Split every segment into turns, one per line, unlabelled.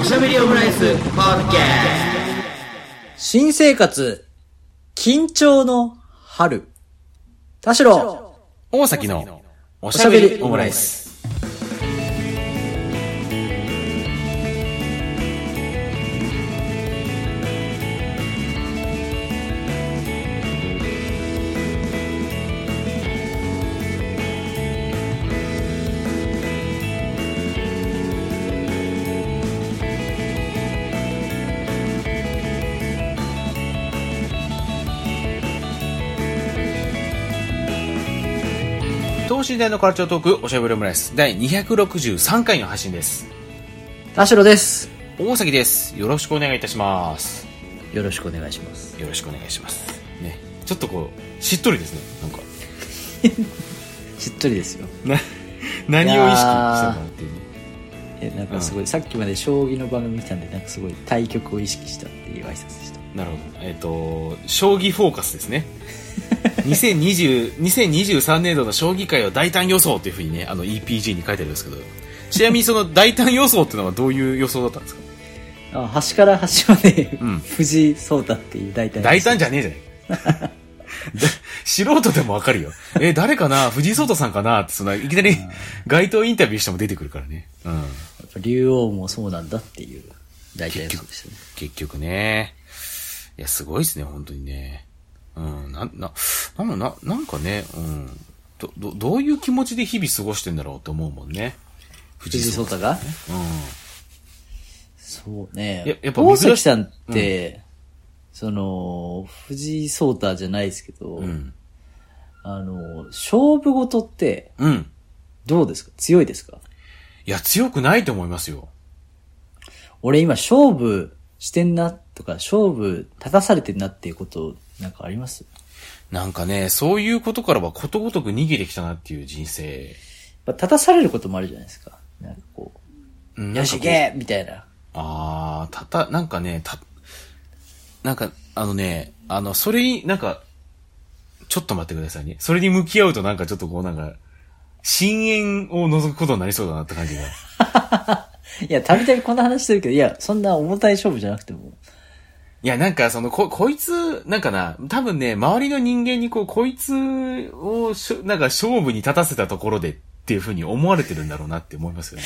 おしゃべりオムライスポッケ
新生活、緊張の春。田代、
大崎のおしゃべりオムライス。等身大のカルチャートークおしゃべりオムライス第263回の配信です。
田代です。
大崎です。よろしくお願いいたします。
よろしくお願いします。
よろしくお願いします。ね。ちょっとこう、しっとりですね。なんか。
しっとりですよ。
な、 何を意識したかっていうね。
え、なんかすごい、さっきまで将棋の番組見てたんで、なんかすごい対局を意識したっていう挨拶でした。
なるほど。えっ、と、将棋フォーカスですね。2020 2023年度の将棋界を大胆予想というふうにね、あの EPG に書いてありますけど、ちなみにその大胆予想っていうのはどういう予想だったんですか
あ端から端まで、
うん
藤井聡太っていう大体。
大胆じゃねえじゃない。 だ素人でもわかるよ。え、誰かな藤井聡太さんかなって、そんないきなり街頭インタビューしても出てくるからね。うん。
やっぱ竜王もそうなんだっていう、大体そうですよね。
結局ね。いや、すごいですね、本当にね。うん、な、な、なの、な、なんかね、うん。ど、ど、どういう気持ちで日々過ごしてんだろうと思うもんね。
藤井聡太がそう
や
ね。
やっぱ
大
珍しい
崎さんって、その、藤井聡太じゃないですけど、
うん。うん。
あの、勝負事って
うん。
どうですか強いですか
いや、強くないと思いますよ。
俺今勝負してんなとか、勝負立たされてんなっていうこと、なんかあります
なんかね、そういうことからはことごとく逃げてきたなっていう人
や
生。
っぱ立たされることもあるじゃないですか。なんかこ
う
う、
んな
よ
んか
し
こう
行けみたいな。
あー、たた、なんかね、た、なんか、あのね、あの、それに、なんか、ちょっと待ってくださいね。それに向き合うとなんかちょっとこうなんか、深淵を覗くことになりそうだなって感じが。
いや、たびたびこんな話してるけど、いや、そんな重たい勝負じゃなくても。
いや、なんかその、こ、こいつ、なんかな、多分ね、周りの人間にこう、こいつをしょ、なんか勝負に立たせたところでっていうふうに思われてるんだろうなって思いますよね。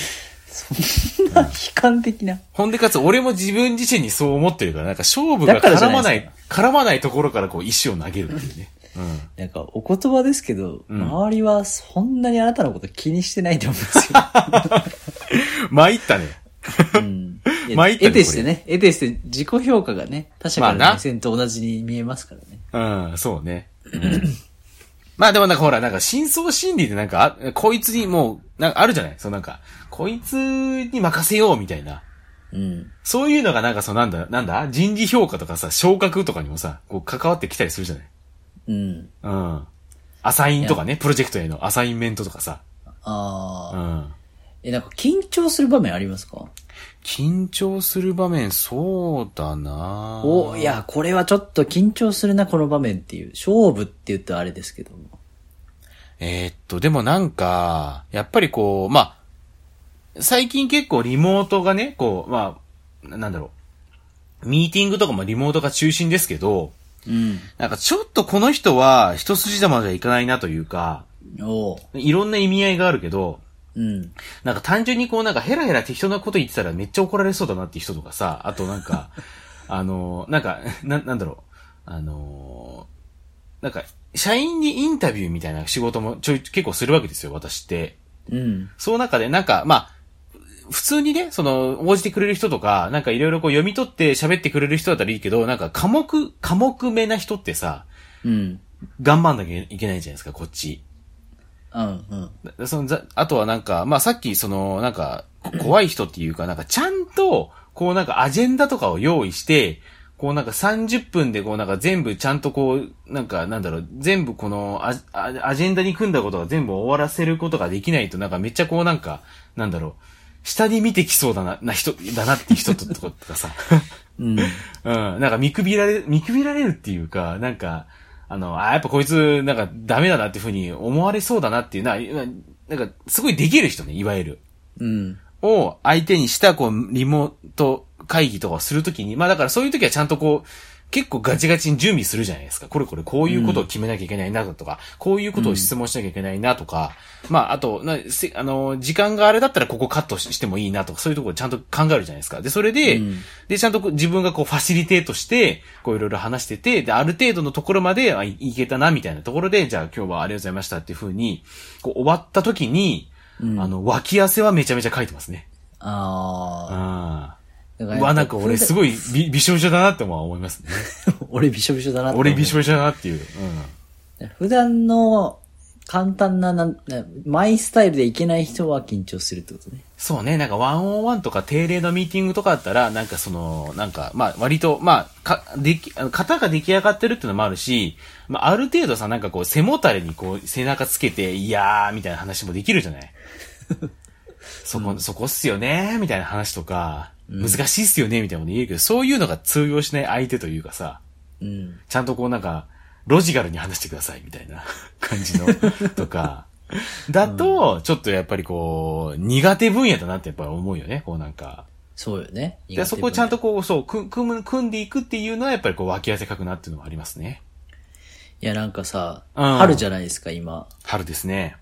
そんな悲観的な。
ほんでかつ、俺も自分自身にそう思ってるから、なんか勝負
だ
が絡まない、
からじゃないで
絡まないところからこう、石を投げるっていうね。うん。
なんか、お言葉ですけど、
うん
周りはそんなにあなたのこと気にしてないと思うんです よ。
参ったね。
うん。いや
参ったね
得てしてね、得てして自己評価がね、他者から
まあ
の
な
目線と同じに見えますからね。
うん、そうね。まあでもなんかほら、なんか真相心理でなんか、あこいつにもう、なんかあるじゃないそのなんか、こいつに任せようみたいな。
うん。
そういうのがなんかそのなんだ、なんだ人事評価とかさ、昇格とかにもさ、こう関わってきたりするじゃない
うん。
うん。アサインとかね、プロジェクトへのアサインメントとかさ。
あ
う
あ、
ん。
え、なんか緊張する場面ありますか
緊張する場面、そうだな
お、い。や、これはちょっと緊張するな、この場面っていう。勝負って言うとあれですけども。
えーっと、でもなんか、やっぱりこう、まあ、最近結構リモートがね、こう、まあ、ななんだろう。ミーティングとかもリモートが中心ですけど、
うん。
なんかちょっとこの人は一筋玉じゃいかないなというか、
おう。
いろんな意味合いがあるけど、
うん。
なんか単純にこうなんかヘラヘラ適当なこと言ってたらめっちゃ怒られそうだなって人とかさ、あとなんか、あの、なんか、な、なんだろう、あの、なんか、社員にインタビューみたいな仕事もちょい、結構するわけですよ、私って。
うん。
その中でなんか、まあ、普通にね、その、応じてくれる人とか、なんかいろいろこう読み取って喋ってくれる人だったらいいけど、なんか科目、科目めな人ってさ、
うん。
頑張んなきゃいけないじゃないですか、こっち。
うん。うん。
だそのざあとはなんか、まあ、さっきその、なんか、こ怖い人っていうか、なんかちゃんと、こうなんかアジェンダとかを用意して、こうなんか30分でこうなんか全部ちゃんとこう、なんかなんだろう、全部このアジアアジェンダに組んだことが全部終わらせることができないと、なんかめっちゃこうなんか、なんだろう、下に見てきそうだな、な人、だなって人ととかさ、
うん。
うん、なんか見くびられ、見くびられるっていうか、なんか、あの、あーやっぱこいつ、なんかダメだなっていうふうに思われそうだなっていうな、ななんか、すごいできる人ね、いわゆる。
うん。
を相手にした、こう、リモート会議とかをするときに、まあだからそういうときはちゃんとこう、結構ガチガチに準備するじゃないですか。これこれ、こういうことを決めなきゃいけないなとか、こういうことを質問しなきゃいけないなとか、まああと、なせあの、時間があれだったらここカットししてもいいなとか、そういうところちゃんと考えるじゃないですか。で、それで、
うん
で、ちゃんとこう自分がこうファシリテートして、こういろいろ話してて、で、ある程度のところまで、あ、いいけたな、みたいなところで、じゃあ今日はありがとうございましたっていうふうに、こう終わった時に、
うん
あの、脇汗はめちゃめちゃ書いてますね。
あ
あ
あ。だ
あ。うわ、なんか俺す
ごい。
ごいび、びしょびしょ だなっては思いますね。
俺びしょびしょだなって思う
俺びしょびしょだなっていう。うん。
普段の簡単ななんなマイスタイルでいけない人は緊張するってことね。
そうね、なんかワンオンワンとか定例のミーティングとかだったら、なんかその、なんか、まあ割と、まあ、か、でき、あの型が出来上がってるっていうのもあるし、まあある程度さ、なんかこう背もたれにこう背中つけて、いやー、みたいな話もできるじゃない そこ、そこっすよねみたいな話とか、難しいっすよねみたいなこと言えるけど、そういうのが通用しない相手というかさ、
うん。
ちゃんとこうなんか、ロジカルに話してくださいみたいな 感じの、とか。だと、ちょっとやっぱりこう、苦手分野だなってやっぱり思うよね、こうなんか。
そうよね。
でそこをちゃん
と。
とこう、そう、く組む、組んでいくっていうのはやっぱりこう、脇汗かくなっていうのもありますね。
いやなんかさ、
うん
春じゃないですか、今。
春ですね。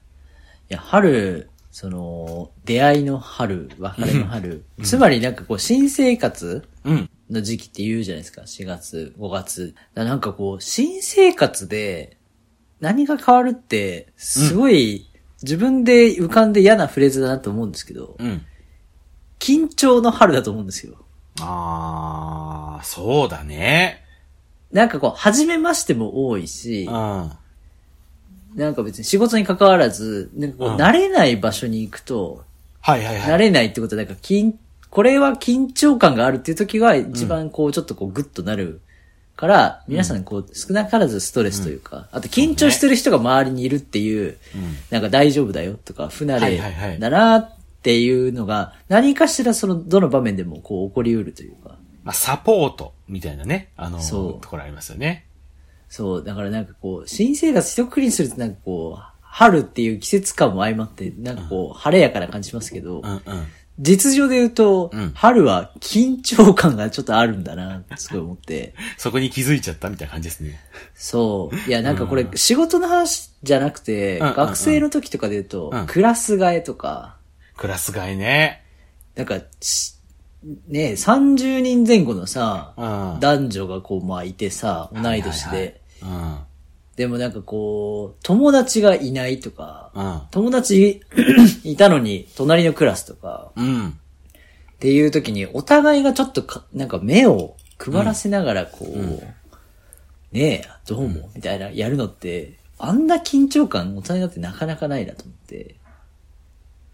いや、春、その、出会いの春、別れの春。つまりなんかこう、新生活
うん。
の時期って言うじゃないですか。4月、5月。だなんかこう、新生活で何が変わるって、すごい、自分で浮かんで嫌なフレーズだなと思うんですけど、
うん。
緊張の春だと思うんですよ。
あー、そうだね。
なんかこう、初めましても多いうし
ん。、あ
なんか別に仕事に関わらず、なんかこう、
うん
慣れない場所に行くと、
はいはい
慣
はい。
れないってことは、なんか緊、これは緊張感があるっていう時は、一番こう、ちょっとこう、グッとなるから、皆さんこう、少なからずストレスというか、あと緊張してる人が周りにいるっていう、なんか大丈夫だよとか、不慣
はいはいはい
れだなっていうのが、何かしらその、どの場面でもこう、起こりうるというか、
まあ、サポートみたいなね、あの、
そう
ところありますよね。
そう、だからなんかこう、新生活一括りにするとなんかこう、春っていう季節感も相まって、なんかこう、晴れやかな感じますけど、
う んうん。
実情で言うと、
うん
春は緊張感がちょっとあるんだな、ってすごい思って。
そこに気づいちゃったみたいな感じですね。
そう。いや、なんかこれ、仕事の話じゃなくて、
うんうんうん
学生の時とかで言うと、
うん
クラス替えとか、
クラス替えね。
なんか、しねえ、30人前後のさ、
うん。
男女がこう、まあいてさ、同い年で、
はいはいはい
でもなんかこう、友達がいないとか、
うん。
友達 いたのに、隣のクラスとか、
うん。うん。
っていう時に、お互いがちょっとか、なんか目を配らせながら、こう、ねえ、どうも、みたいな、やるのって、あんな緊張感、大人になってなかなかないなと思って。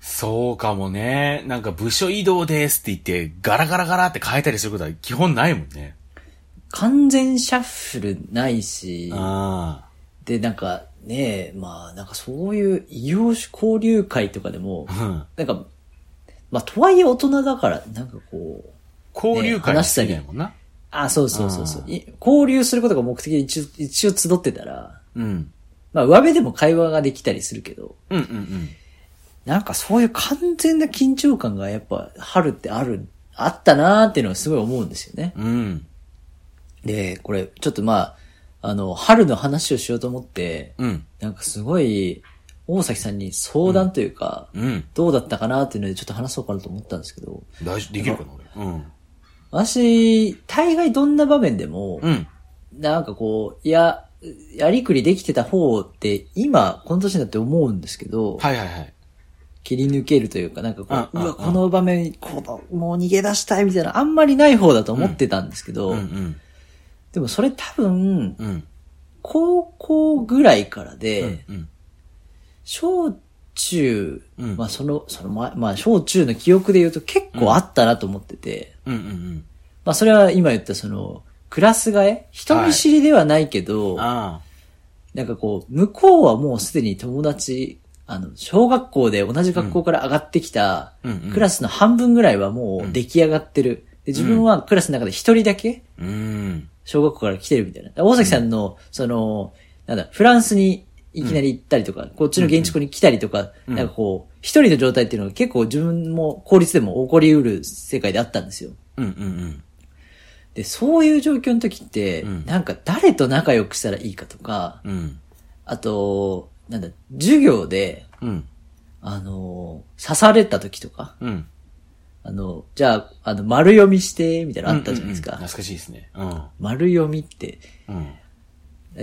そうかもね。なんか部署移動ですって言って、ガラガラガラって変えたりすることは基本ないもんね。
完全シャッフルないし、
あ
で、なんかねえ、まあ、なんかそういう異業種交流会とかでも
あ。、うん。
なんか、まあ、とはいえ大人だから、なんかこう、
交流会
ね
は
話した
好
り
きないもんな。
あ、そうそうそうそう。い交流することが目的で一応、一応集ってたら、
うん。
まあ、上辺でも会話ができたりするけど、
うんうんうん。
なんかそういう完全な緊張感がやっぱ春ってある、あったなーっていうのはすごい思うんですよね。
うん。
で、これ、ちょっとまあ、あの、春の話をしようと思って、
うん。
なんかすごい、大崎さんに相談というか、
うん。
どうだったかなっていうのでちょっと話そうかなと思ったんですけど、
大丈夫、できるかな、俺。うん。
私、大概どんな場面でも、
うん。
なんかこう、いや、やりくりできてた方って今、この年になって思うんですけど、
はいはいはい。
切り抜けるというか、なんかこう、
うんう
う
んうん
わ、この場面、この、もう逃げ出したいみたいな、あんまりない方だと思ってたんですけど、
うんうん。
でもそれ多分、
うん。
高校ぐらいからで、
うんうん。
小中、
うん
まあその、その前、まあ小中の記憶で言うと結構あったなと思ってて、
うんうん
まあそれは今言ったその、クラス替え人見知りではないけど、
うん。ああ。
なんかこう、向こうはもうすでに友達、あの、小学校で同じ学校から上がってきた
うんうんうん、
クラスの半分ぐらいはもう出来上がってる。で、自分はクラスの中で一人だけ、
うん。
小学校から来てるみたいな。大崎さんの、その、なんだ、フランスにいきなり行ったりとか、こっちの現地校に来たりとか、なんかこう、一人の状態っていうのは結構自分も効率でも起こりうる世界であったんですよ。
うんうん
で、そういう状況の時って、
うん
なんか誰と仲良くしたらいいかとか、
うん。うん。
あと、なんだ、授業で、
うん。
あの、刺された時とか、
うん。
あの、じゃあ、あの、丸読みして、みたいなのあったじゃないですか。
うんうんうん懐かしいですね。うん。
丸読みって、
うん。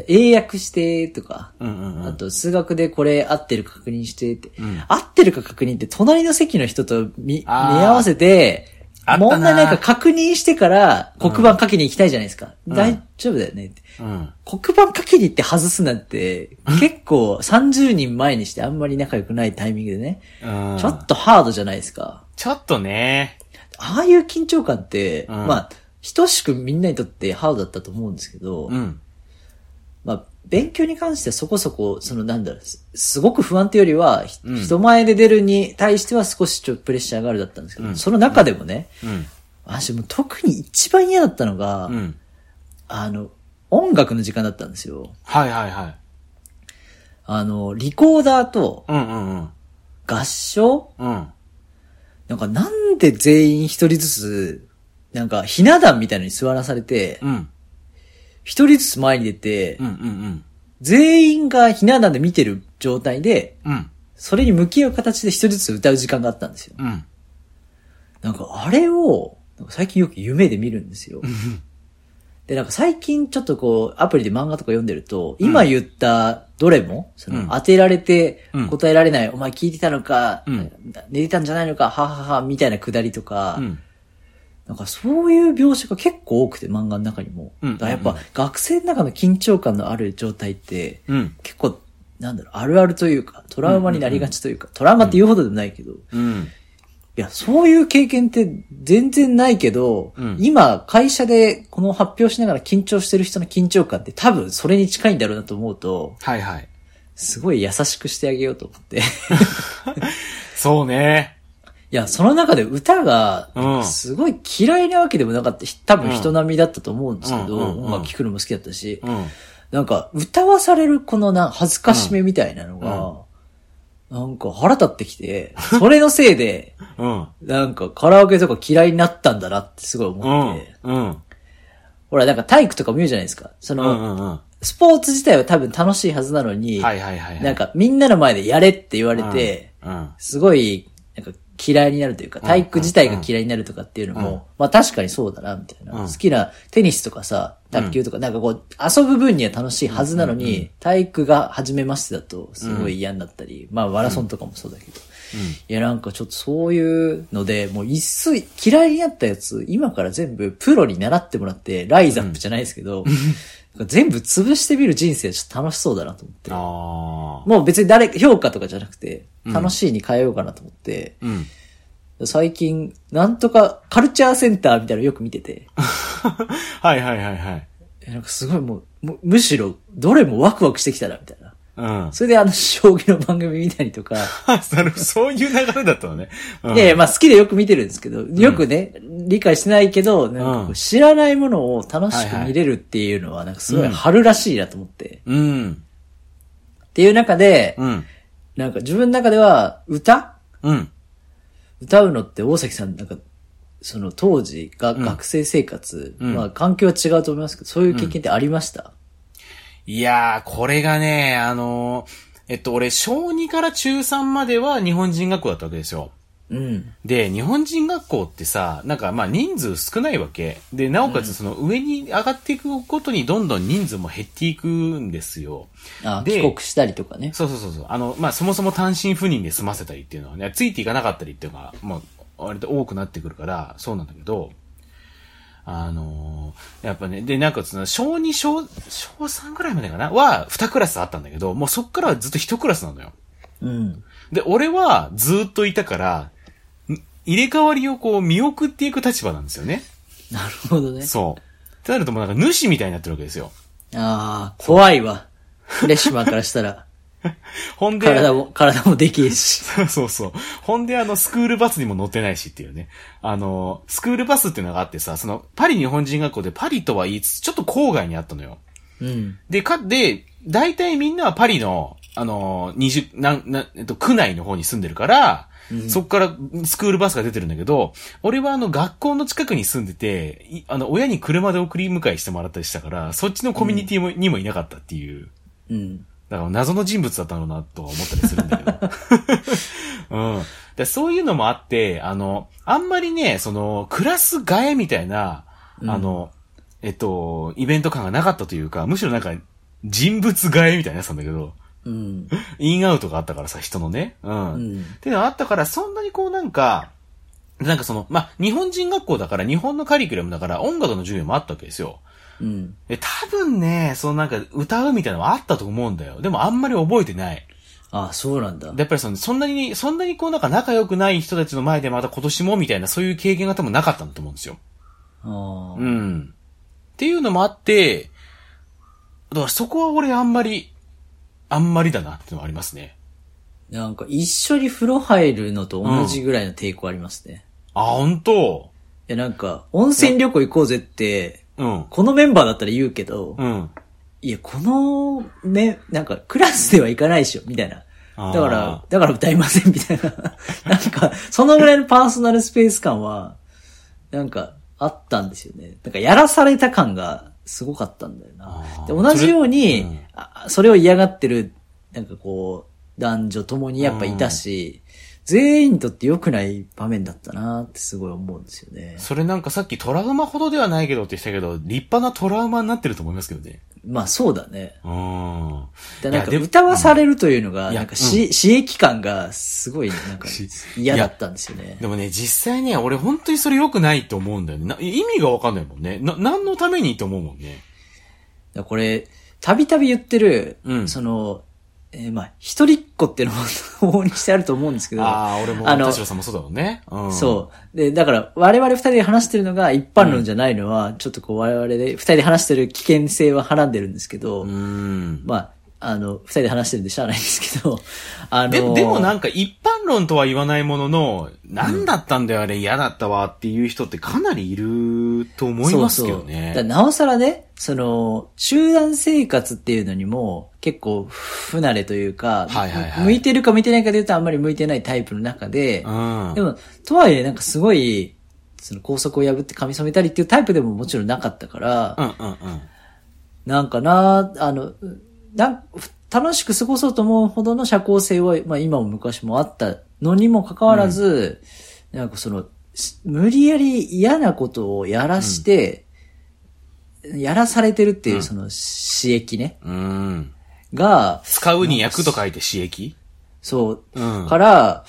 英訳して、とか、
うんうんうん。
あと、数学でこれ合ってるか確認してって、
うん
合ってるか確認って隣の席の人と見見
あー
合わせて、
あったな
問題ないか確認してから黒板書きに行きたいじゃないですか。大丈夫だよねって。
うん。
黒板書きに行って外すなんて、結構30人前にしてあんまり仲良くないタイミングでね、
うん。
ちょっとハードじゃないですか。
ちょっとね。
ああいう緊張感って、
ん
まあ、等しくみんなにとってハードだったと思うんですけど、
うん。
まあ、勉強に関してはそこそこ、そのなんだろう、すすごく不安というよりは、ひ
うん
人前で出るに対しては少しちょっとプレッシャーがあるだったんですけど、
うん
その中でもね、
うん。
私もう特に一番嫌だったのが、
うん。
あの、音楽の時間だったんですよ。
はいはいはい。
あの、リコーダーと
うんうんうん。
合唱
うん。
なんかなんで全員一人ずつ、なんかひな壇みたいのに座らされて、
うん。
一人ずつ前に出て、
うんうん
全員がひな壇で見てる状態で、
うん。うん。
それに向き合う形で一人ずつ歌う時間があったんですよ。
うん。
なんかあれを、なんか最近よく夢で見るんですよ。で、なんか最近ちょっとこう、アプリで漫画とか読んでると、今言ったどれも、そ
うん
の当てられて
うん
答えられない、お前聞いてたのか、
うん
寝てたんじゃないのか、はははみたいなくだりとか、
うん。
なんかそういう描写が結構多くて漫画の中にも。
うん
だからやっぱ学生の中の緊張感のある状態って、
うん。
結構、なんだろう、あるあるというか、トラウマになりがちというか、トラウマって言うほどでもないけど、い
うん。
や、そういう経験って全然ないけど、
うん
今、会社でこの発表しながら緊張してる人の緊張感って多分それに近いんだろうなと思うと、
はいはい。
すごい優しくしてあげようと思って。い
そうね。
や、その中で歌が
う、ん
すごい嫌いなわけでもなかった。ひ多分人並みだったと思うんですけど、
うんうんうんうん
音楽聴くのも好きだったし、
うん。
なんか、歌わされるこのな、恥ずかしめみたいなのが、なんか腹立ってきて、それのせいで、
うん。
なんかカラオケとか嫌いになったんだなってすごい思って、
うん。うん。
ほら、なんか体育とかも言うじゃないですか。そうの、
んうん。
スポーツ自体は多分楽しいはずなのに、
はいはいはい。
なんかみんなの前でやれって言われて、
うん。
すごい、なんか嫌いになるというか、体育自体が嫌いになるとかっていうのも、
うん
まあ確かにそうだな、みたいな、
うん
好きなテニスとかさ、卓球とか、なんかこう、遊ぶ分には楽しいはずなのに、体育が初めましてだと、すごい嫌になったり、まあマラソンとかもそうだけど。いや、なんかちょっとそういうので、もう一水、嫌いになったやつ、今から全部プロに習ってもらって、ライザップじゃないですけど、なんか全部潰してみる人生ちょっと楽しそうだなと思って。
ああ。
もう別に誰、評価とかじゃなくて、楽しいに変えようかなと思って、
うん。
最近、なんとか、カルチャーセンターみたいなのよく見てて、
はいはいはいはい。
えなんかすごいもう、むむしろ、どれもワクワクしてきたな、みたいな。
うん。
それであの、将棋の番組見たりとか、
なるほどそういう流れだったのね。うん
いやいや、まあ好きでよく見てるんですけど、よくね、理解してないけど、なんかこ
うん
う知らないものを楽しく
はいはい
見れるっていうのは、なんかすごい春らしいなと思って。
うん。
っていう中で、
うん。
なんか自分の中では、歌
うん。
歌うのって大崎さん、なんか、その当時が、学生生活、
うん
まあ環境は違うと思いますけど、そういう経験ってありました、
いやー、これがね、あのーえっと、俺、小2から中3までは日本人学校だったわけですよ。
うん。
で、日本人学校ってさ、なんかまあ人数少ないわけ。で、なおかつその上に上がっていくことにどんどん人数も減っていくんですよ。
あ
で
帰国したりとかね。
そうそうそうそう。あの、まあ、そもそも単身赴任で済ませたりっていうのはね、ついていかなかったりっていうのが、まあ、割と多くなってくるから、そうなんだけど、あのーやっぱね、で、なんかその、小2、小、小3ぐらいまでかなは、2クラスあったんだけど、もうそっからはずっと1クラスなのよ。
うん。
で、俺はずっといたから、ん入れ替わりをこう見送っていく立場なんですよね。
なるほどね。
そう。ってなるともうなんか主みたいになってるわけですよ。
ああ、怖いわ。フレッシュマンからしたら、
ほ んで、
体も、体もできえし。
そうそう。ほんで、あの、スクールバスにも乗ってないしっていうね。あの、スクールバスっていうのがあってさ、その、パリ日本人学校でパリとは言いつつ、ちょっと郊外にあったのよ。
うん。
で、か、で、大体みんなはパリの、あのー、20、なん、なん、えっと、区内の方に住んでるから、そこからスクールバスが出てるんだけど、俺はあの、学校の近くに住んでて、いあの、親に車で送り迎えしてもらったりしたから、そっちのコミュニティも、にもいなかったっていう。
うん。
だから謎の人物だったのなとは思ったりするんだけど。 うん。でそういうのもあって、あの、あんまりね、その、クラス替えみたいな、あの、えっと、イベント感がなかったというか、むしろなんか、人物替えみたいなやつなんだけど、
うん。
インアウトがあったからさ、人のね。うん。
うん
っていうのがあったから、そんなにこうなんか、なんかその、まあ、日本人学校だから、日本のカリキュラムだから、音楽の授業もあったわけですよ。
うん。
で、多分ね、そのなんか歌うみたいなのはあったと思うんだよ。でもあんまり覚えてない。
あ、そうなんだ。
でやっぱりその、そんなに、そんなにこうなんか仲良くない人たちの前でまた今年もみたいなそういう経験が多分なかったんだと思うんですよ。
あー
うん。っていうのもあって、だからそこは俺あんまり、あんまりだなっていうのはありますね。
なんか一緒に風呂入るのと同じぐらいの抵抗ありますね。
あ、本当
いや、なんか、温泉旅行行こうぜって、
うん。
このメンバーだったら言うけど、
うん。
いや、この、ね、なんか、クラスでは行かないでしょ、みたいな。
あー
だから、だから歌いません、みたいな。 なんか、そのぐらいのパーソナルスペース感は、なんか、あったんですよね。なんか、やらされた感がすごかったんだよな
あ。ー
で同じように
それうん
あそれを嫌がってる、なんかこう、男女ともにやっぱいたし、全員にとって良くない場面だったなってすごい思うんですよね。
それなんかさっきトラウマほどではないけどって言ってたけど、立派なトラウマになってると思いますけどね。
まあそうだね。
うん。
でなんか
いやで
歌わされるというのが、
いや
なんかし、刺激感がすごい、なんか
し
嫌だったんですよね
で。もね、実際ね、俺本当にそれ良くないと思うんだよね。な意味がわかんないもんね。な、何のためにと思うもんね。
だからこれ、たびたび言ってる、
うん
その、えーまあ、一人っ子っていうのも 往々にしてあると思うんですけど、
ああ、俺も、
あの
田代さんもそうだもんね。うん。
そう。で、だから、我々二人で話してるのが一般論じゃないのは、ちょっとこう我々で二人で話してる危険性ははらんでるんですけど、
うーん。
まあ、あの、二人で話してるんでしゃあないんですけど、あの
で、でもなんんか一般論とは言わないものの、何だったんだよあれ嫌だったわっていう人ってかなりいると思いますけど
そ
ね。
うそうだからなおさらね、その、集団生活っていうのにも、結構、不慣れというか、
はいはいはい
向いてるか向いてないかで言うとあんまり向いてないタイプの中で、
うん。
でも、とはいえ、なんかすごい、その拘束を破って髪染めたりっていうタイプでももちろんなかったから、
うんうんうん。
なんかな、あの、なん楽しく過ごそうと思うほどの社交性は、まあ今も昔もあったのにもかかわらず、なんかその、し無理やり嫌なことをやらして、やらされてるっていうその刺激ね、
うん。
が、
使うに役と書いて刺激
そう、
うん。
から、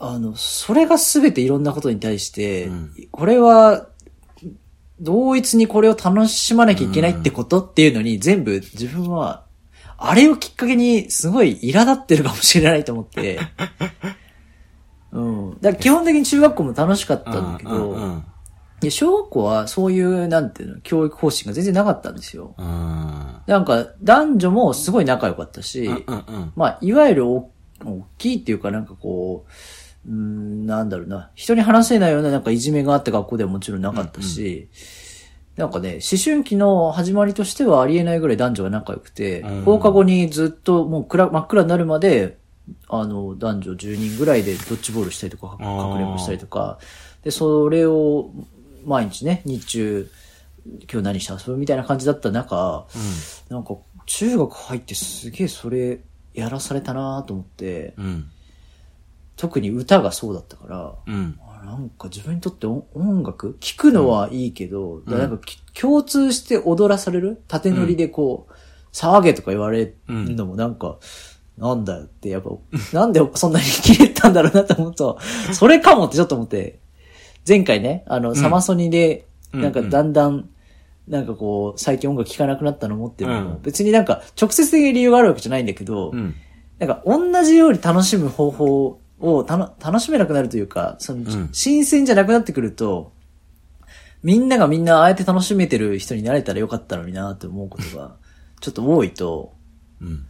あの、それが全ていろんなことに対して、
うん
これは、同一にこれを楽しまなきゃいけないってことっていうのに、全部自分は、あれをきっかけにすごい苛立ってるかもしれないと思って。 うん。だから基本的に中学校も楽しかったんだけ
うんうんう
ど、
ん
いや小学校はそういう、なんていうの、教育方針が全然なかったんですよ。
うん。
なんか、男女もすごい仲良かったし、
うんうん
まあ、いわゆるお大きいっていうかなんかこう、うーん、なんだろうな。人に話せないようななんかいじめがあった学校ではもちろんなかったし、なんかね、思春期の始まりとしてはありえないぐらい男女が仲良くて、
うん
放課後にずっともう暗真っ暗になるまで、あの、男女10人ぐらいでドッジボールしたりとか、か
あー
かくれんぼしたりとか、で、それを毎日ね、日中、今日何して遊ぶみたいな感じだった中、なんか、中学入ってすげえそれ、やらされたなと思って、
うん。
特に歌がそうだったから、
うん。
あなんか自分にとって音音楽聴くのはいいけど、だからなんかき共通して踊らされる縦乗りでこう、騒げとか言われるのもなんか、なんだよって、やっぱ、 なんでそんなに切れたんだろうなと思うと、それかもってちょっと思って、前回ね、あの、サマソニで、
うん
なんか
うんうん
だんだん、なんかこう、最近音楽聴かなくなったのもっていうのも、
うん
別になんか直接的に理由があるわけじゃないんだけど、
うん。
なんか同じように楽しむ方法をたの楽しめなくなるというか、その、
ん
新鮮じゃなくなってくると、みんながみんなああやって楽しめてる人になれたらよかったのになって思うことが、ちょっと多いと、
うん。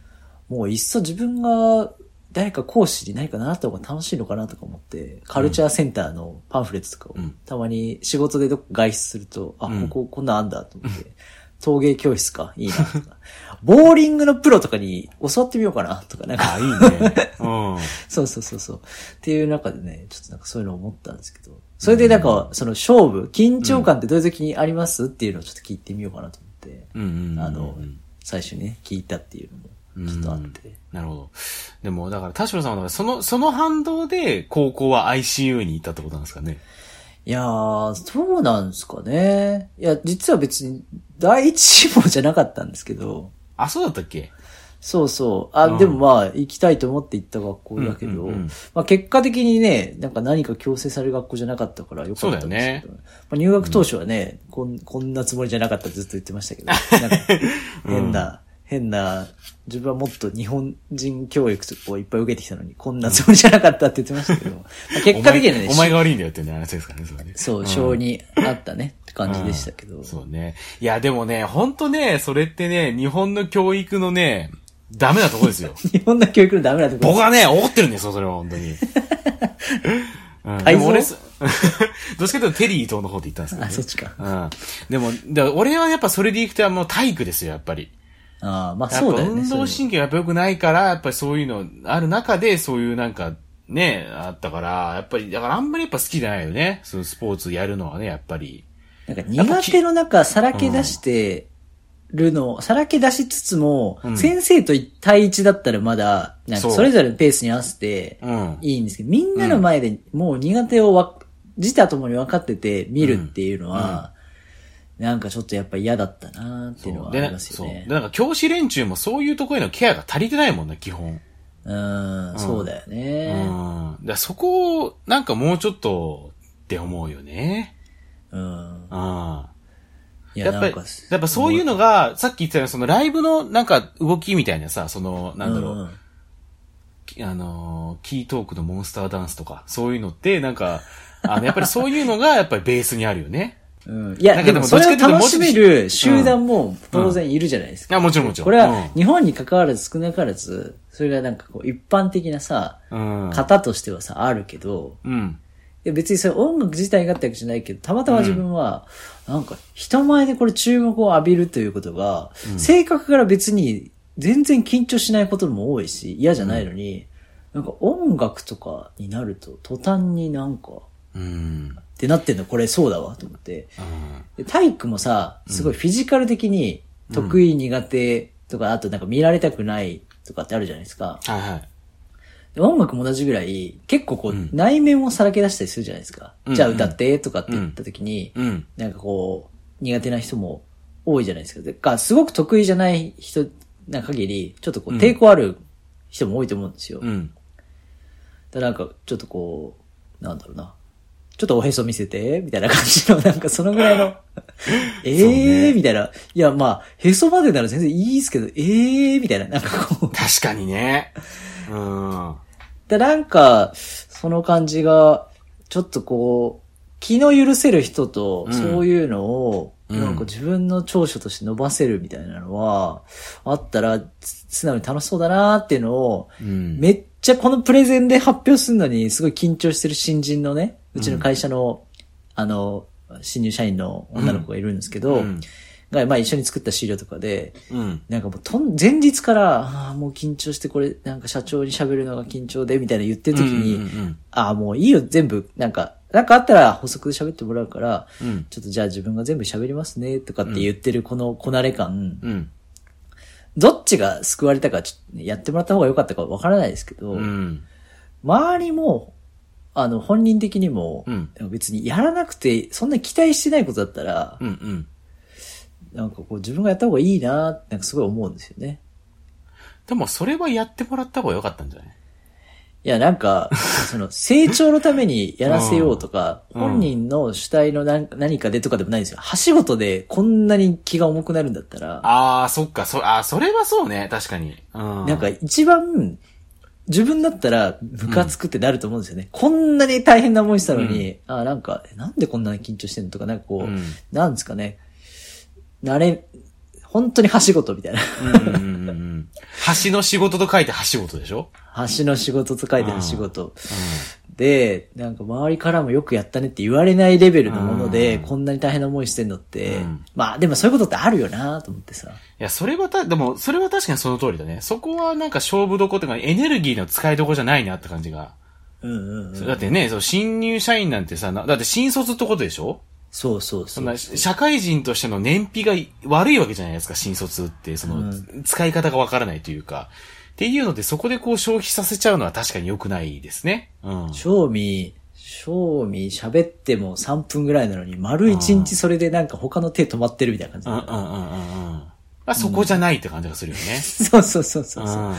もういっそ自分が誰か講師に何か習った方が楽しいのかなとか思って、カルチャーセンターのパンフレットとかを
うん
たまに仕事でどっか外出すると、あ、
うん
こここんなんあんだと思って、陶芸教室か。いいなとか。 ボーリングのプロとかに教わってみようかなとか、なんか、
あ、いいね。うん。
そうそうそうそう。っていう中でね、ちょっとなんかそういうのを思ったんですけど。それでなんか、その勝負、緊張感ってどういう時にあります、っていうのをちょっと聞いてみようかなと思って、
うんうんうんうん。
あの、最初にね、聞いたっていうのも、ちょっとあって。
なるほど。でも、だから、田代さんは、だからその、その反動で、高校は ICU に行ったってことなんですかね。
いやー、そうなんですかね。いや、実は別に第一志望じゃなかったんですけど、
あ、そうだったっけ
そうそう。あ、
うん
でもまあ、行きたいと思って行った学校だけど、
うんうんうん
まあ結果的にね、なんか何か強制される学校じゃなかったからよかったんですけど、まあ、入学当初はね、こん、こんなつもりじゃなかったってずっと言ってましたけど、なんか 変な、変な、自分はもっと日本人教育をいっぱい受けてきたのに、こんなつもりじゃなかったって言ってました けど、まあ結果的にはね、
お前お前が悪いんだよってね、話ですからね、それね。
そう、
ん
性にあったねって感じでしたけど。
うんそうね。いや、でもね、ほんとね、それってね、日本の教育のね、ダメなとこですよ。
日本の教育のダメなとこ
僕はね、怒ってるんですよ、それは、本当に。 うん、
改造
でも俺す、 どっちかというとテリー伊藤の方で行ったんですけど、ね。
あそっちか
うん。でも、だから俺はやっぱそれで行くともう体育ですよ、やっぱり。
ああ、まあ
やっぱ
そうだよね。
運動神経がやっぱ良くないから、やっぱりそういうのある中で、そういうなんか、ね、あったから、やっぱり、だからあんまりやっぱ好きじゃないよね。そのスポーツやるのはね、やっぱり。
そういうのなんか苦手の中、さらけ出してるの、さらけ出しつつも、
うん
先生と一対一だったらまだ、なん
そ
か
う
それぞれのペースに合わせて
うん。
いいんですけど、みんなの前でもう苦手をわ、自他ともに分かってて見るっていうのは、なんかちょっとやっぱ嫌だったなっていうのはあり
な
ます
そう。
よ
で、
ね。
なんか教師連中もそういうところへのケアが足りてないもんな、基本。
うん、そうだよ
うん。
ね。
だからそこを、なんかもうちょっと、って思うよね。
うん。
うん。
い
やっぱ
なん
り
か、
やっぱそういうのが、さっき言ってたようなそのライブのなんか動きみたいなさ、その、なんだろう、
うんうん
きあのー、キートークのモンスターダンスとか、そういうのって、なんか、あの、やっぱりそういうのが、やっぱりベースにあるよね。
うんいや、
なん
で
かで
も
も
それを
どっちかっていうと
楽しめる集団も当然いるじゃないですか。
あ、もちろんもちろん。
これは
う
日本に関わらず少なからず、それがなんかこう一般的なさ、
ん、うん。
型としてはさ、あるけど、
うん。
いや別にそれ音楽自体がってわけじゃないけど、たまたま自分は、なんか人前でこれ注目を浴びるということが、性格から別に全然緊張しないことも多いし、嫌じゃないのに、なんか音楽とかになると途端になんか、
うん。うん。
ってなってんのこれそうだわと思って。で体育もさ、すごいフィジカル的に得意苦手とか、あとなんか見られたくないとかってあるじゃないですか。
はいはい。
で音楽も同じぐらい、結構こう、
ん
内面をさらけ出したりするじゃないですか。
うん
じゃあ歌ってとかって言った時に、
うん。
なんかこう、苦手な人も多いじゃないですか。でか、すごく得意じゃない人な限り、ちょっとこう、抵抗ある人も多いと思うんですよ。
うん。
だからなんか、ちょっとこう、なんだろうな。ちょっとおへそ見せて、みたいな感じの、なんかそのぐらい の、ええー、みたいな。いや、まあ、へそまでなら全然いいですけど、ええー、みたいな。なんかこう。
確かにね。うん。
で、なんか、その感じが、ちょっとこう、気の許せる人と、
うん
そういうのを、
うん
なんか自分の長所として伸ばせるみたいなのは、あったら、つ素直に楽しそうだなっていうのを、
うん。
めっちゃこのプレゼンで発表するのにすごい緊張してる新人のね、うちの会社の、あの、新入社員の女の子がいるんですけど、
うん。
が、まあ一緒に作った資料とかで、
うん。
なんかもうとん、前日から、ああ、もう緊張してこれ、なんか社長に喋るのが緊張で、みたいな言ってる時に、
うんうん
ああ、もういいよ、全部、なんか、なんかあったら補足で喋ってもらうから、
うん
ちょっとじゃあ自分が全部喋りますね、とかって言ってるこのこなれ感、
うん。
どっちが救われたか、ちょっとやってもらった方が良かったかわからないですけど、
うん。うん。
周りも、あの、本人的にも、
うん
別にやらなくて、そんな期待してないことだったら、
うん。うん。
なんかこう自分がやった方がいいなって、なんかすごい思うんですよね。
でも、それはやってもらった方が良かったんじゃない
いや、なんか、 その、成長のためにやらせようとか、
うん
本人の主体の何何かでとかでもないんですよ。橋本でこんなに気が重くなるんだったら、
ああ、そっか、そ、あーそれはそうね、確かに。うん。
なんか一番、自分だったらムカつくってなると思うんですよね。こんなに大変な思いしたのに、あ、なんか、えなんでこんなに緊張してんのとか、なんかこう、
うん
なんですかね。慣れ、本当に橋事 みたいな。
うんうんう んうん橋の仕事と書いて橋事でしょ
橋の仕事と書いて橋事。で、なんか周りからもよくやったねって言われないレベルのもので、
うん
こんなに大変な思いしてんのって、
うん
まあでもそういうことってあるよなと思ってさ。
いや、それはた、でも、それは確かにその通りだね。そこはなんか勝負どころとか、エネルギーの使いどころじゃないなって感じが。
うんうんうん。
だってね、その新入社員なんてさ、なだって新卒ってことでしょ
そうそうそ。
そうんな、社会人としての燃費が悪いわけじゃないですか、新卒って。その、使い方がわからないというか。っていうので、そこでこう消費させちゃうのは確かに良くないですね。うん。
正味、正味喋っても3分ぐらいなのに、丸1日それでなんか他の手止まってるみたいな感じ
うんうんうんうんうん。あ、そこじゃないって感じがするよね。
そうそうそうそうう。
ん。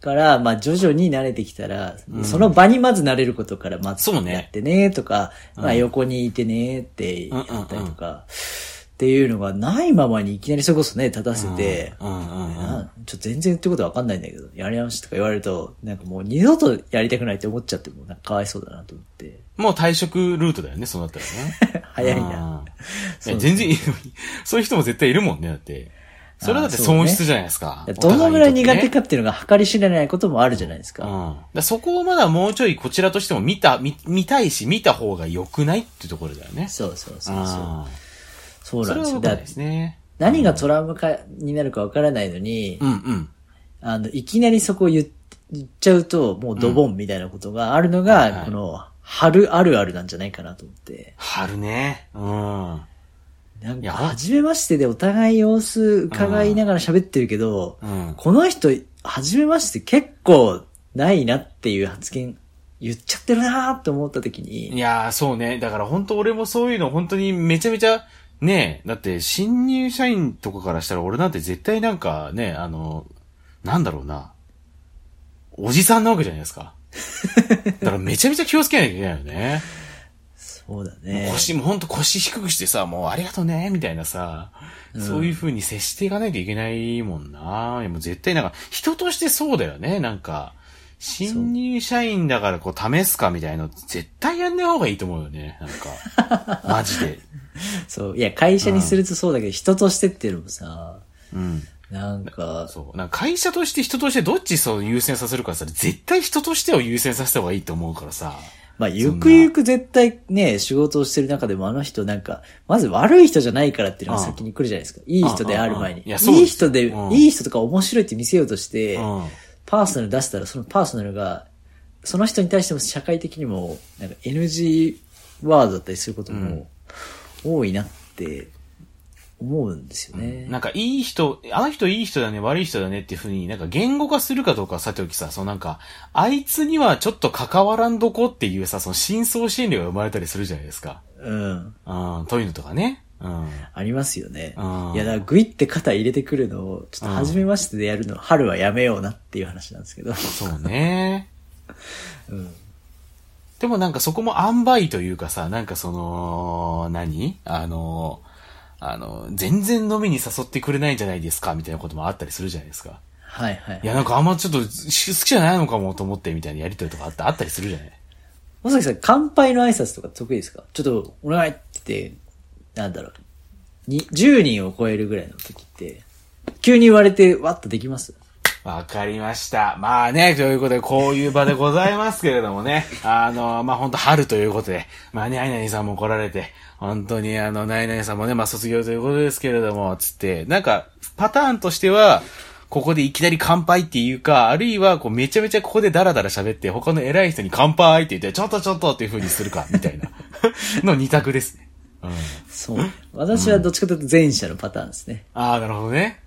から、まあ徐々に慣れてきたら、その場にまず慣れることから、まず
そうね
やってねとか、まあ横にいてねってやったりとか、っていうのがないままにいきなりそれこそね、立たせて、
うんうんうん。
なちょっと全然言ってることわかんないんだけど、やり直しとか言われると、なんかもう二度とやりたくないって思っちゃっても、なんかかわいそうだなと思って。
もう退職ルートだよね、そうなったら ね。
早いな。
うん。いや全然い る、そういう人も絶対いるもんね、だって。それはだって損失じゃないですか。
どのぐらい苦手
か
かっていうのが計り知れないこともあるじゃないです
う
か。
ん。だからそこをまだもうちょいこちらとしても見た、見、見たいし、見た方が良くないっていうところだよね。
そうそうそうそう。
ああ
そう
そ
なんで
れは
すよ。
良く
だ
な
か
いで
ら
すね。
何がトラウマかになるかわからないのに、
うんうん。
あの、いきなりそこを言っ言っちゃうと、もうドボンみたいなことがあるの
うん
が、
はい
この、春あるあるなんじゃないかなと思って。
春ね。うん。
なん
いや
か、初めましてでお互い様子伺いながら喋ってるけど
う、ん。
この人、初めまして結構ないなっていう発言、言っちゃってるなーって思った時に、
いやー、そうね。だから本当俺もそういうの本当にめちゃめちゃ、ねえ、だって新入社員とかからしたら俺なんて絶対なんかね、あの、なんだろうな。おじさんなわけじゃないですか。だからめちゃめちゃ気をつけなきゃいけないよね。
そうだね。
腰もほんと腰低くしてさ、もうありがとうね、みたいなさ、そういう風に接していかなきゃいけないもんな。いやもう絶対なんか、人としてそうだよね、なんか。新入社員だからこう試すかみたいなの絶対やんない方がいいと思うよね、なんか。マジで。
そう。いや、会社にするとそうだけど、人としてっていうのもさ、
うん。
なんか、
そう。なんか会社として人としてどっちそう優先させるかさ、絶対人としてを優先させた方がいいと思うからさ。
まあ、ゆくゆく絶対ね、仕事をしてる中でもあの人なんか、まず悪い人じゃないからっていうのが先に来るじゃないですか。いい人である前に。
うんいやそうで
い
す
い人で、
うん
いい人とか面白いって見せようとして、
うん。
パーソナル出したらそのパーソナルが、その人に対しても社会的にも、なんか NG ワードだったりすることも多いなって思うんですよね。
なんかいい人、あの人いい人だね、悪い人だねっていうふうに、なんか言語化するかどうかはさておきさ、そのなんか、あいつにはちょっと関わらんどこっていうさ、その真相心理が生まれたりするじゃないですか。
うん。
うん、というのとかね。うん。
ありますよね。
うん
いや、だからグイって肩入れてくるのを、ちょっと初めましてでやるの、春はやめようなっていう話なんですけど。
そうね。
うん。
でもなんかそこも塩梅というかさ、なんかその、何あの、あの、全然飲みに誘ってくれないんじゃないですかみたいなこともあったりするじゃないですか。
はいはい
い。や、なんかあんまちょっとし好きじゃないのかもと思ってみたいなやりとりとかあったあったりするじゃない
もさきさん、乾杯の挨拶とか得意ですかちょっと、お願いって、なんだろう。に、10人を超えるぐらいの時って、急に言われて、わっとできます
わかりました。まあね、ということで、こういう場でございますけれどもね。あの、まあ本当春ということで、まあね、アイナニさんも来られて、本当にあの、ナイナニさんもね、まあ卒業ということですけれども、つって、なんか、パターンとしては、ここでいきなり乾杯っていうか、あるいは、こう、めちゃめちゃここでダラダラ喋って、他の偉い人に乾杯って言って、ちょっとちょっとっていう風にするか、みたいな、の二択ですね。うん。
そう。私はどっちかというと前者のパターンですね。
ああ、なるほどね。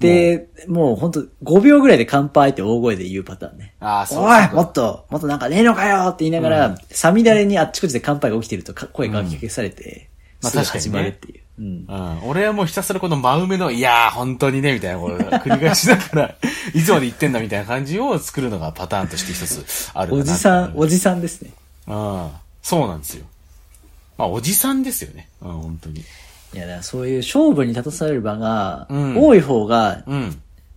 で、もうほんと、5秒ぐらいで乾杯って大声で言うパターンね。
ああ、そう
おいもっと、もっとなんかねえのかよって言いながら、さみだれにあっちこっちで乾杯が起きてるとか声がき消されて、
うんまあ
すぐ
確かに
始
ね
まるっていう。うん。
うん、俺はもうひたすらこの真埋めの、いやー、本当にね、みたいなことを繰り返しながら、 いつまで言ってんだみたいな感じを作るのがパターンとして一つあるかな
おじさん、おじさんですね。
うん。そうなんですよ。まあ、おじさんですよね。うん、本当に。
いや、だからそういう勝負に立たされる場が、
うん
多い方が、
うん。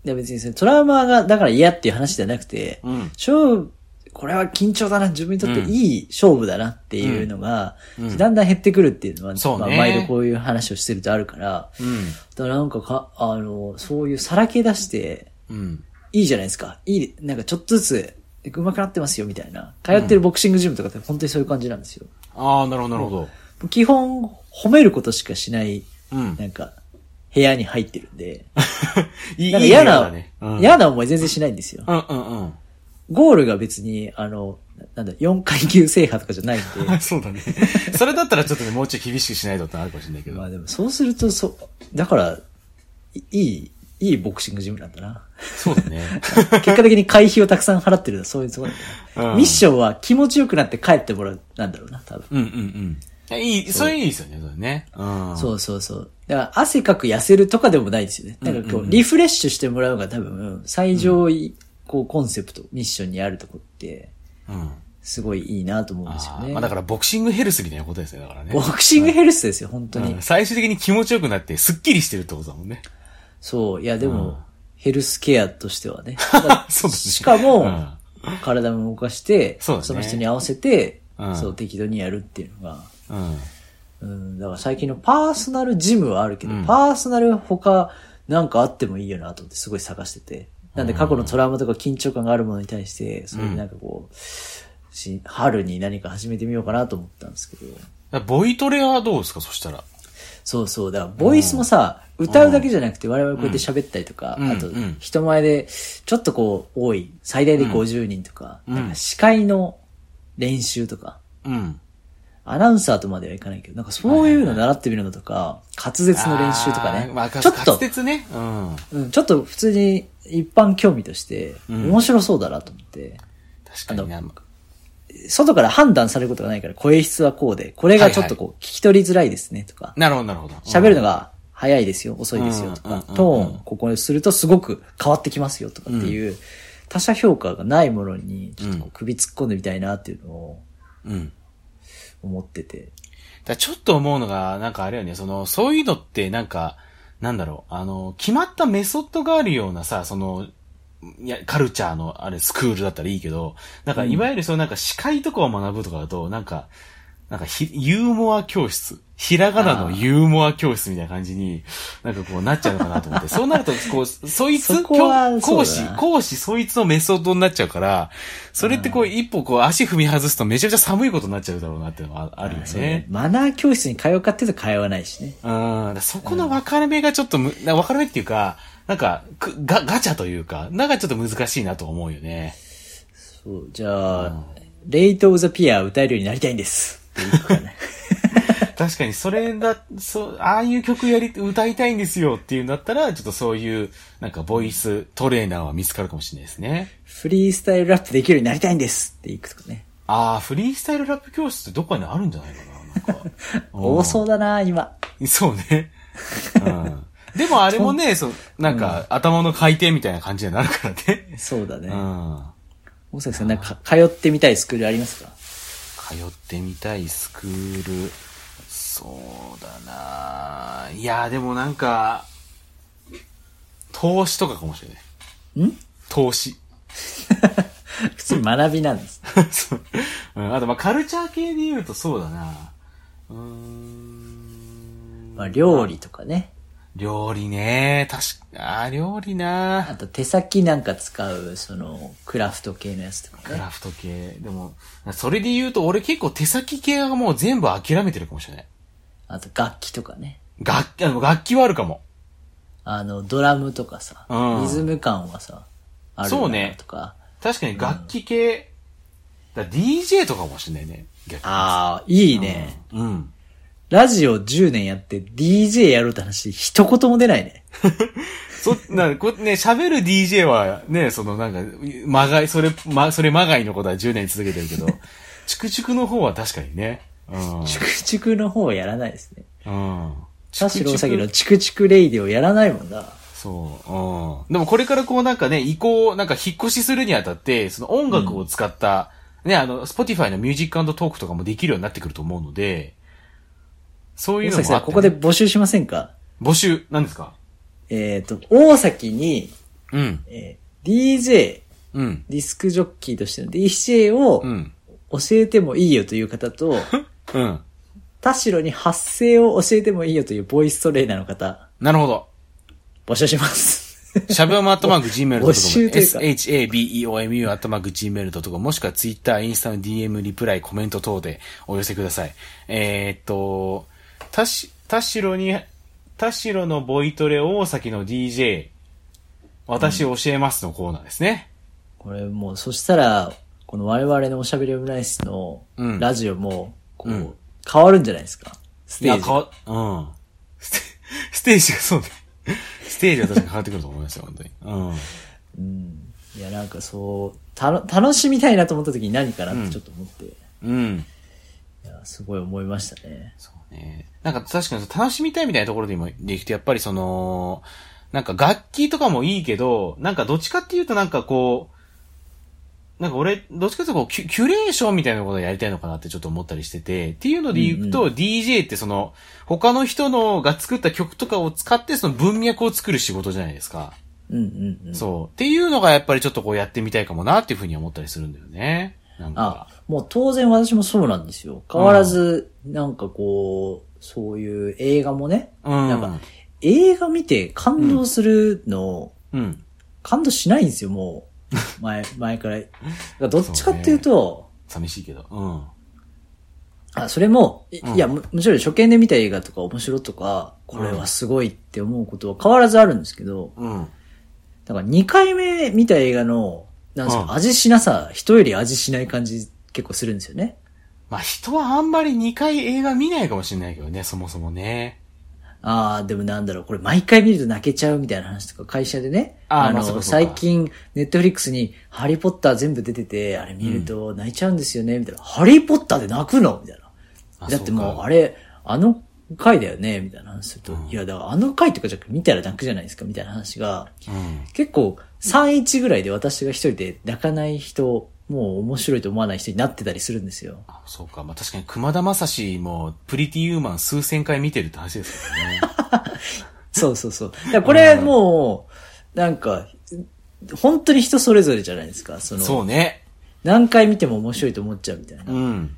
いや別にそのトラウマが、だから嫌っていう話じゃなくて、
うん
勝負、これは緊張だな、自分にとっていい勝負だなっていうのが、だんだん減ってくるっていうのは、
そうね
まあ、毎度こういう話をしてるとあるから、
うん。
だからなんかか、あの、そういうさらけ出して、
うん。
いいじゃないですか。いい、なんかちょっとずつ、上手くなってますよみたいな。通ってるボクシングジムとかって本当にそういう感じなんですよ。
ああ、なるほど、なるほど。
基本、褒めることしかしない、
うん
なんか、部屋に入ってるんで、
いい
なんか嫌な、
うん
嫌な思い全然しないんですよ。
うんうん うん。
ゴールが別に、あの、ななんだ、4階級制覇とかじゃないん で、
あそう だね。それだったらちょっとね、もうちょい厳しくしないとってあるかもしれないけど。
まあでもそうすると、そう、だから、いいい、いいボクシングジムなんだな。
そうだね。
結果的に会費をたくさん払ってるのはそういうところなんだな、
う ん
ミッションは気持ちよくなって帰ってもらう、なんだろうな、多分。
うんうんうん。いい、それいいですよね、それね。うん。。
そううそうそう。だから汗かく痩せるとかでもないですよね。なんかこう、リフレッシュしてもらうのが多分、最上位、こう、コンセプト、ミッションにあるとこって、
うん。
すごいいいなと思うんですよ
あー
ね。
まあだからボクシングヘルスみたいなことですよ、だからね。
ボクシングヘルスですよ、本当に。
うん最終的に気持ちよくなって、スッキリしてるってことだもんね。
そう。いや、で
うん
も、ヘルスケアとしては ね。
そうだね
しかも、
うん
体も動かして、
そうだね
の人に合わせて、
うん
そう、適度にやるっていうのが、
うん。
うん、だから最近のパーソナルジムはあるけど、
うん
パーソナル他なんかあってもいいよなと思ってすごい探してて。なんで過去のトラウマとか緊張感があるものに対して、それでなんかこう、し春に何か始めてみようかなと思ったんですけど。
だからボイトレはどうですか、そしたら。
そうそう。だから、ボイスもさ、歌うだけじゃなくて、我々こうやって喋ったりとか、
うん
あと
うん、
人前で、ちょっとこう、多い、最大で50人とか、
うん
なんか司会の練習とか、
うん。
アナウンサーとまではいかないけど、なんかそういうの習ってみるのとか、滑舌の練習とか
あーまあ、
ね、
か
ちょっ
滑
と、
舌ね。うん。
うん、ちょっと普通に一般興味として、
うん
面白そうだなと思って、
確かにな。
外から判断されることがないから、声質はこうで、これがちょっとこう、聞き取りづらいですね、とか、
なるほど、なるほど。
喋るのが早いですよ、遅いですよと
うんう
か
んうんう、ん
トーン、ここにするとすごく変わってきますよとかっていう、他者評価がないものに、ちょっとこう首突っ込んでみたいなっていうのを
うん。うん。
思ってて。
だからちょっと思うのが、なんかあれよね、その、そういうのって、なんか、なんだろう、あの、決まったメソッドがあるようなさ、その、いや、カルチャーの、あれ、スクールだったらいいけど、なんか、いわゆるその、なんか、司会とかを学ぶとかだと、なんか、なんかひ、ユーモア教室。ひらがなのユーモア教室みたいな感じに、なんかこうなっちゃうのかなと思 って。そうなると、こう、そいつ、
そこは
教講
そうだ
師
な、
講師そいつのメソッドになっちゃうから、それってこう、一歩こう、足踏み外すとめちゃくちゃ寒いことになっちゃうだろうなっていうのはああるよ
そう
ね
ね。マナー教室に通うかっていうと通わないしね。
うん、だからそこの分かれ目がちょっとむ、な分かれ目っていうか、なんか、くガ、ガチャというか、なんかちょっと難しいなと思うよ ね。
そう、じゃあ、レイト・オブ・ザ・ピア歌えるようになりたいんです。っていうか ね
確かに、それだ、そう、ああいう曲やり、歌いたいんですよっていうんだったら、ちょっとそういう、なんか、ボイストレーナーは見つかるかもしれないですね。
フリースタイルラップできるようになりたいんですっていくとかね。
ああ、フリースタイルラップ教室ってどっかにあるんじゃないかな、 なんか。
多そうだな今。
そうね。うん。でもあれもね、 そう、なんか、頭の回転みたいな感じになるからね。
そうだ
う
ね。
ん。
大崎さん、なんか通ってみたいスクールありますか
通ってみたいスクール。そうだないや、でもなんか、投資とかかもしれない。
ん
投資。
普通に学びなんです。
そううん、あと、まあ、カルチャー系で言うとそうだなうーん。
まあ、料理とかね。
料理ね。確か、あー料理
あ
な
と手先なんか使う、その、クラフト系のやつとか
ク
ね
ラ。フト系。でも、それで言うと、俺結構手先系はもう全部諦めてるかもしれない。
あと楽器とかね。
楽器、あの楽器はあるかも。
あの、ドラムとかさ、
うん
リズム感はさ、ある
そ
よ
うね
なとか。
確かに楽器系、だから DJ とかもしんないね、逆に。
ああ、いいね、
うん。
ラジオ10年やって DJ やろうって話、一言も出ないね。
そ、な、こね、喋る DJ は、ね、そのなんか、まがい、それ、ま、それまがいのことは10年続けてる けど、チクチクの方は確かにね。うん。
チクチクの方はやらないですね。
うん。
田代さきの
チ
チク
クチク
チクレイディをやらないもんな。
そう。うん。でもこれからこうなんかね、移行、なんか引っ越しするにあたって、その音楽を使った、ね、あの、Spotify のミュージックトークとかもできるようになってくると思うので、そういう
大
のも
崎
あってね、
さん、ここで募集しませんか
募集、何ですか
えっ、と、大崎に、
うん。
えー DJ、
うん。
ディスクジョッキーとしての DJ を
うん。
教えてもいいよという方 と、
うん。
田代に発声を教えてもいいよというボイストレーナーの方、
なるほど。
募集します。
しゃべおまアットマーク Gmail.com。
募集というか
shabeomu アットマーク Gmail.com。もしくは Twitter、インスタの DM、リプライ、コメント等でお寄せください。えーっと、たし、田代に、田代のボイトレ大崎の DJ、私教えますのコーナーですね。
これもう、そしたら、この我々のおしゃべりオムライスの
うん
ラジオも、こう、
うん
変わるんじゃないですか。ステー
いや、
ジ
変
が。
わ、うん。ステステージがそうね。ステージは確かに変わってくると思いますよ、本当に。うん。
うん。いや、なんかそう、たの、楽しみたいなと思った時に何かなってちょっと思って、い
うん。
や、すごい思いましたね。
そうね。なんか確かに楽しみたいみたいなところで今でいくと、やっぱりその、なんか楽器とかもいいけど、なんかどっちかっていうとなんかこう、なんか俺、どっちかっていうとこうキュ、キュレーションみたいなことをやりたいのかなってちょっと思ったりしてて、っていうので言うと、DJ ってその、他の人のが作った曲とかを使ってその文脈を作る仕事じゃないですか。
うんうんうん。
そう。っていうのがやっぱりちょっとこうやってみたいかもなっていうふうに思ったりするんだよね。なん
あ
か。、
もう当然私もそうなんですよ。変わらず、なんかこう、そういう映画もね、
うん。
なんか映画見て感動するの、
うん。
感動しないんですよ、も う。前、前から。だからどっちかっていうと、
寂しいけど。うん。
あ、それも、い
うん
いや、むむしろ初見で見た映画とか面白とか、これはすごいって思うことは変わらずあるんですけど、
うん。
だから2回目見た映画の、なんですか、
うん
味しなさ、人より味しない感じ結構するんですよね。
まあ人はあんまり2回映画見ないかもしれないけどね、そもそもね。
ああ、でもなんだろう、これ毎回見ると泣けちゃうみたいな話とか会社でね、
あーまあ
の、
そうかそうか
最近、ネットフリックスに、ハリーポッター全部出てて、あれ見ると泣いちゃうんですよね、みたいな。ハリーポッターで泣くのみたいな。
あ
だって
そう
もう、
か
あれ、あの回だよね、みたいな話すると、
うん
いや、だからあの回とかじゃ見たら泣くじゃないですか、みたいな話が、
うん。
結構、3-1ぐらいで私が一人で泣かない人、もう面白いと思わない人になってたりするんです よ。
あそうか。まあ確かに熊田正史もプリティユーマン数千回見てるって話です よね。
そうそうそう。だからこれもう、なんか、本当に人それぞれじゃないですか。その、
そうね。
何回見ても面白いと思っちゃうみたいな。だ
う
か
ん。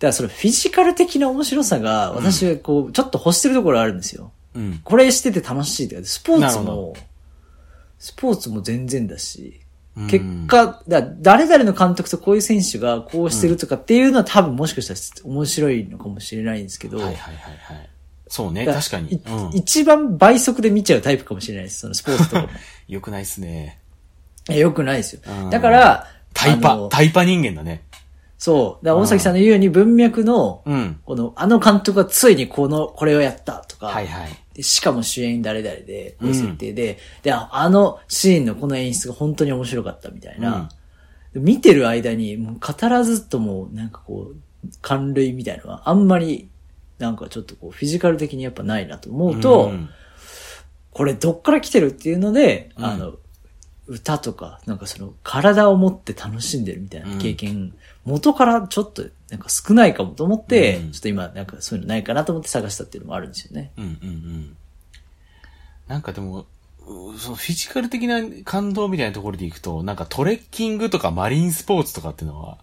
らそのフィジカル的な面白さが、私がこう、ちょっと欲してるところあるんですよ。
うん。
これしてて楽しいとか、スポーツ
なるほ
も、スポーツも全然だし、
うん
結果、だ誰々の監督とこういう選手がこうしてるとかっていうのは多分もしかしたら面白いのかもしれないんですけど、
はいはいはいはい。そうね、
だら
確か
い
に。うん。
一番倍速で見ちゃうタイプかもしれないです、そのスポーツとかも。
よくないっすね。
え、よくないですよ
うん。
だから、
タイ
あ
パ
の、
タイパ人間だね。
そう。だから大崎さんの言うように文脈の、
うん。
この、あの監督がついにこの、これをやったとか、
はいはい。
でしかも主演誰々で、こういう設定で、で、ああのシーンのこの演出が本当に面白かったみたいな、見てる間に、もう語らずとも、なんかこう、感類みたいなのは、あんまり、なんかちょっとこう、フィジカル的にやっぱないなと思うと、
うん
これどっから来てるっていうので、
うん
あの、歌とか、なんかその、体を持って楽しんでるみたいな経験、元からちょっと、なんか少ないかもと思って、
うん
ちょっと今、なんかそういうのないかなと思って探したっていうのもあるんですよね。
うんうんうん。なんかでも、うそのフィジカル的な感動みたいなところでいくと、なんかトレッキングとかマリンスポーツとかっていうのは、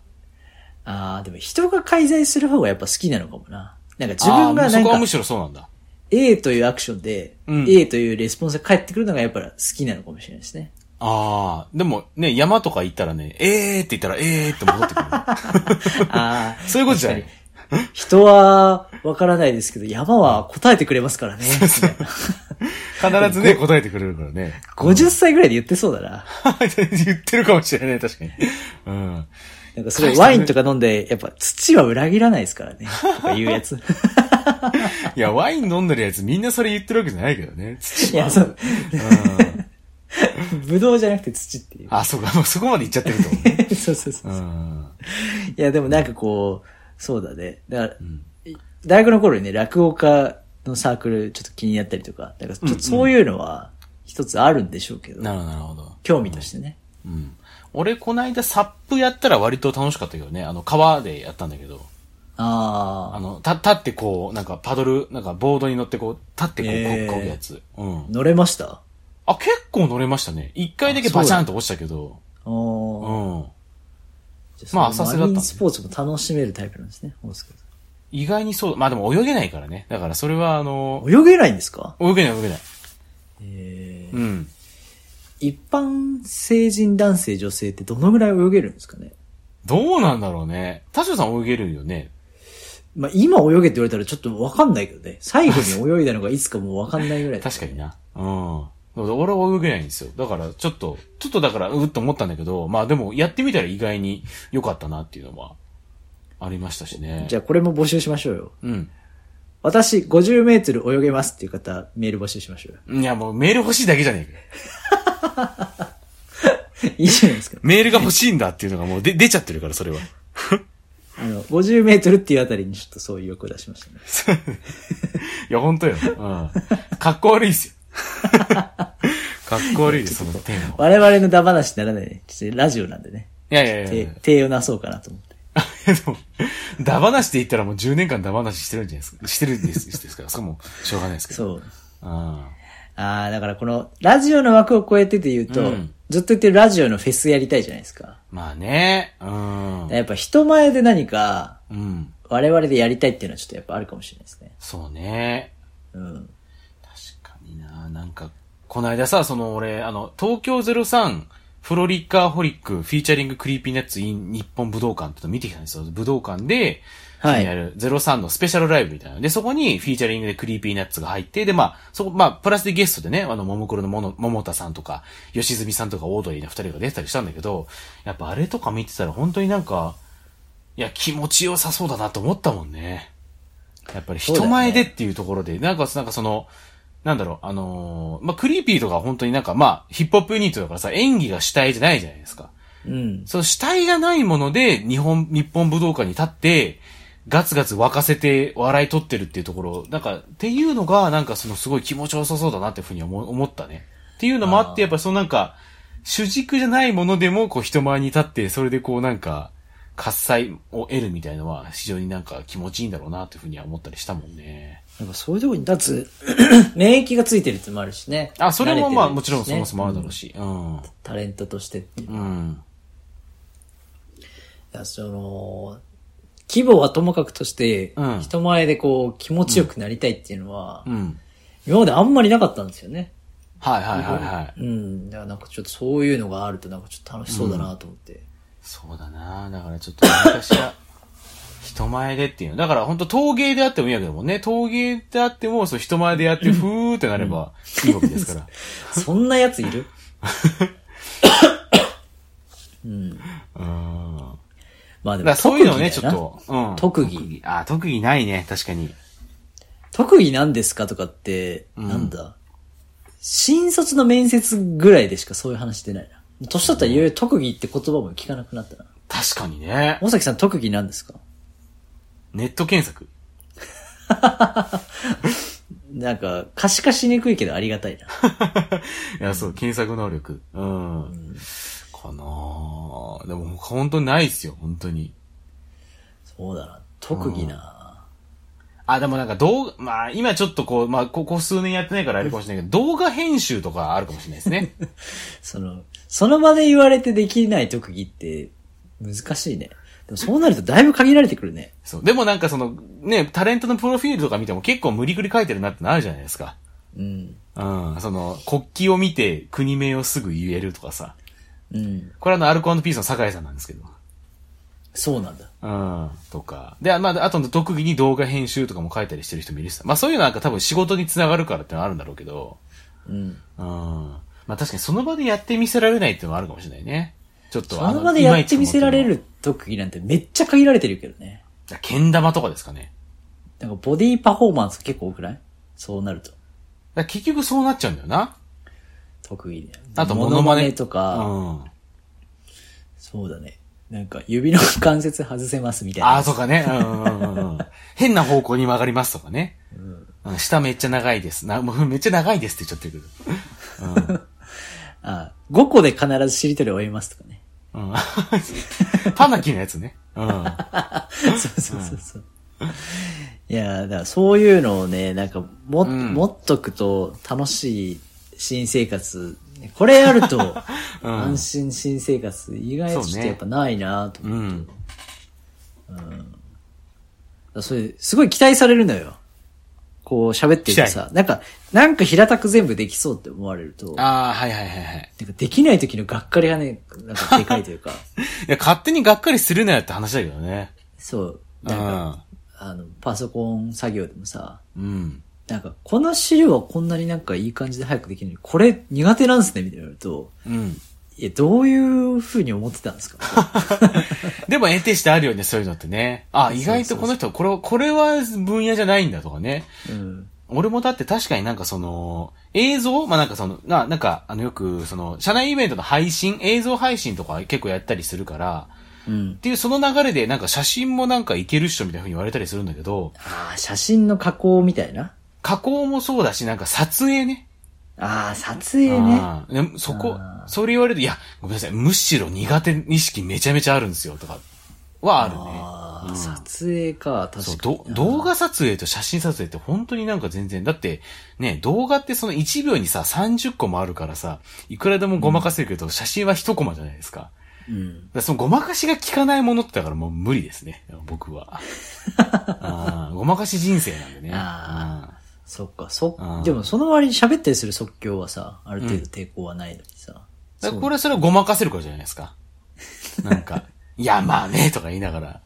ああでも人が介在する方がやっぱ好きなのかもな。なんか自分
あ
が
ー
な
そ
ん
こはむ
か、
しろそうなんだ。
A というアクションで、
うん
A というレスポンスが返ってくるのがやっぱ好きなのかもしれないです ね。
ああ、でもね、山とか行ったらね、えーって言ったら、えーって戻ってくる。
ああ
そういうことじゃない。
人はわからないですけど、山は答えてくれますからね。
必ずね、答えてくれるからね。
50歳ぐらいで言ってそうだな。
言ってるかもしれない、確かに。うん。
なんかそれワインとか飲んで、やっぱ土は裏切らないですからね。とかいうや つ。
いや、ワイン飲んでるやつみんなそれ言ってるわけじゃないけどね。土
いや、そう、
うん。
ブドウじゃなくて土っていう。
あ、そうか、もうそこまで言っちゃってると思うね。
そうそうそうう。
ん。
いや、でもなんかこう、そうだね。だから、
ん
大学の頃にね、落語家のサークルちょっと気になったりとか、なんかちょっとそういうのは一つあるんでしょうけど、
なるほど、なるほど。
興味としてね。
うん。俺、こないだサップやったら割と楽しかったけどね。あの、川でやったんだけど。あ
ああ、
の、た、立ってこう、なんかパドル、なんかボードに乗ってこう、立ってこう、
えー
こうこうやつ。うん。
乗れました
あ、結構乗れましたね。一回だけバチャンと落ちたけど。
あ
う
ー
ん。
じ
まあ
あ、
浅
さ
瀬
す
だった
が
んで
にスポーツも楽しめるタイプなんですね、大塚
意外にそう、まあでも泳げないからね。だからそれはあの
さん、泳げないんですか
泳げない泳げない。
ええ
うん。
一般成人男性女性ってどのぐらい泳げるんですかね
どうなんだろうね。田代さん泳げるよね。
まあ、今泳げって言われたらちょっとわかんないけどね。最後に泳いだのがいつかもうわかんないぐらい。
確かにな。うん。だ俺は泳げないんですよ。だから、ちょっと、ちょっとだから、うっと思ったんだけど、まあでも、やってみたら意外に良かったなっていうのは、ありましたしね。
じゃあこれも募集しましょうよ。
うん。
私50メートル泳げますっていう方、メール募集しましょう よ。
いや、もうメール欲しいだけじゃねえか。
いいじゃないですか。
メールが欲しいんだっていうのがもうで出ちゃってるから、そ れは。
あの、50メートルっていうあたりにちょっとそういう欲を出しましたね。
いや、本当よ。うん。かっこ悪いっすよ。 かっこ悪い です、そのテーマは。
我々のダ話にならないね。ちょっとラジオなんでね。
いやいやいやい
手
や。
手をなそうかなと思って。
でも、ダバなしで言ったらもう10年間ダバなししてるんじゃないですか。してるんです、ですから、それはもうしょうがないですけど。う。
そう。
ん。
ああ、だからこの、ラジオの枠を超えてで言うと、
うん
ずっと言ってるラジオのフェスやりたいじゃないですか。
まあね、うん。
やっぱ人前で何か、
うん。
我々でやりたいっていうのはちょっとやっぱあるかもしれないですね。
そうね。
うん。
確かにな、なんか、この間さ、その俺、あの、東京03、フロリカーホリック、フィーチャリングクリーピーナッツイン日本武道館ってのを見てきたんですよ。武道館で、
はい
やる03のスペシャルライブみたいなので、そこにフィーチャリングでクリーピーナッツが入って、で、まあ、そこ、まあ、プラスでゲストでね、あの、ももクロのもの、桃田さんとか、吉住さんとか、オードリーの二人が出てたりしたんだけど、やっぱあれとか見てたら本当になんか、いや、気持ちよさそうだなと思ったもんね。やっぱり人前でっていうところで、なんか、なんかその、なんだろう、あのーまあ、クリーピーとかは本当になんか、まあ、ヒップホップユニットだからさ、演技が主体じゃないじゃないですか。
うん。
その主体がないもので、日本、日本武道館に立って、ガツガツ沸かせて笑い取ってるっていうところ、なんか、っていうのが、なんかそのすごい気持ちよさそうだなっていうふうに思思ったね。っていうのもあって、やっぱそのなんか、主軸じゃないものでも、こう人前に立って、それでこうなんか、喝采を得るみたいのは、非常になんか気持ちいいんだろうなっていうふうには思ったりしたもんね。
なんかそういうところに立つ、 免疫がついてるってのもあるしね。
あ、それもまあ、
慣てるしね
もちろんそもそもあるだろうし。うん。
タレントとしてっていう。い
うん。
や、その、規模はともかくとして、
うん
人前でこう、気持ちよくなりたいっていうのは、
うん。
今まであんまりなかったんですよね。
はいはいはいはい。
うん。だからなんかちょっとそういうのがあるとなんかちょっと楽しそうだなと思って。
そうだなだからちょっと昔 は、人前でっていうの。だから本当陶芸であってもいいわけだもんね。陶芸であっても、そう人前でやって、ふーってなればいいわけですから。
そんなやつい る
うん。だか
まあでも
らそういうのね、ち
特技
ょっ
だよな
と。うん。
特技。
あ、特技ないね、確かに。
特技なんですかとかって、なんだ。新卒の面接ぐらいでしかそういう話出ないな。年だったらいろいろ特技って言葉も聞かなくなったな。
確かにね。
大崎さん特技なんですか
ネット検索。
なんか、可視化しにくいけどありがたいな。
いや、そう、検索能力。うん。かなぁ。でも、本当にないっすよ、本当に。
そうだな。特技な。
あ、でもなんか動画、まあ今ちょっとこう、まあここ数年やってないからあれかもしれないけど、動画編集とかあるかもしれないですね。
その、その場で言われてできない特技って難しいね。でもそうなるとだいぶ限られてくるね。
そう。でもなんかその、ね、タレントのプロフィールとか見ても結構無理くり書いてるなってなるじゃないですか。
うん。
うん。その、国旗を見て国名をすぐ言えるとかさ。
うん。
これあの、アルコピースの酒井さんなんですけど。
そうなんだ。
うん。とか。で、まあ、あとの特技に動画編集とかも書いたりしてる人もいるしさ。まあそういうのなんか多分仕事につながるからってのはあるんだろうけど。
うん。
うん。まあ確かにその場でやってみせられないっていうのはあるかもしれないね。ちょっと
その場でやってみせられ。
あいまいち思っ
る
て
特技なんてめっちゃ限られてるけどね。
じゃあ、剣玉とかですかね。
なんかボディパフォーマンス結構多くないそうなると。
だから結局そうなっちゃうんだよな。
特技で。
あと、モ
モ
ノ
ノマ
マネ。
ネとか、
うん。あ
そうだね。なんか指の関節外せますみたいな。
あー、そうかね。うんうんうんうん。変な方向に曲がりますとかね。うん。下めっちゃ長いです。な、もうめっちゃ長いですって言っちゃってるけど。
あ5個で必ずしりとりを終えますとかね。
うん。うん。 パナキのやつね。うん。
そう そうそうそう。いやーだからそういうのをね、なんかも、
ん
持っとくと楽しい新生活。これある と、安心新生活、意外とちょっとやっぱないなと思って
うん。
だからそれ、すごい期待されるのよ。こう喋ってるとさ、なんか、なんか平たく全部できそうって思われると、なんか
ああ、はいはいはいはい。
できない時のがっかりがね、なんかでかいという か、
いや、勝手にがっかりするなよって話だけどね。
そう、
う
なんか、
ん。
あの、パソコン作業でもさ、
うん。
なんか、この資料はこんなになんかいい感じで早くできるのに、これ苦手なんですね、みたいなのと、
うん。
いや、どういう風に思ってたんですか
でも、得てしてあるよね、そういうのってね。あ、意外とこの人、これ、これは分野じゃないんだとかね。
うん。
俺もだって確かになんかその、映像まあ、なんかその、な、なんか、あの、よく、その、社内イベントの配信、映像配信とか結構やったりするから、
うん
っ。ていうその流れで、なんか写真もなんかいけるっしょみたいな風に言われたりするんだけど、
ああ、写真の加工みたいな。
加工もそうだし、なんか撮影ね。
ああ、撮影ね。
あーでそこ
あ、
それ言われると、いや、ごめんなさい、むしろ苦手意識めちゃめちゃあるんですよ、とか、はあ
あ
る
あ、
ね。うん
撮影か、
そ
確
う
か
ど
に。
動画撮影と写真撮影って本当になんか全然、だってね、動画ってその1秒にさ、30個もあるからさ、いくらでもごまかせるけど、写真は1コマじゃないですか。
うん
だか。らそのごまかしが効かないものってだからもう無理ですね、僕は。あーごまかし人生なんでね。
あそっか、そ
あ
っ
ー
でもその割に喋ったりする即興はさ、ある程度抵抗はないのにさ。
うんだからこれはそれをごまかせるからじゃないですか。なんか、いや、まあね、とか言いながら。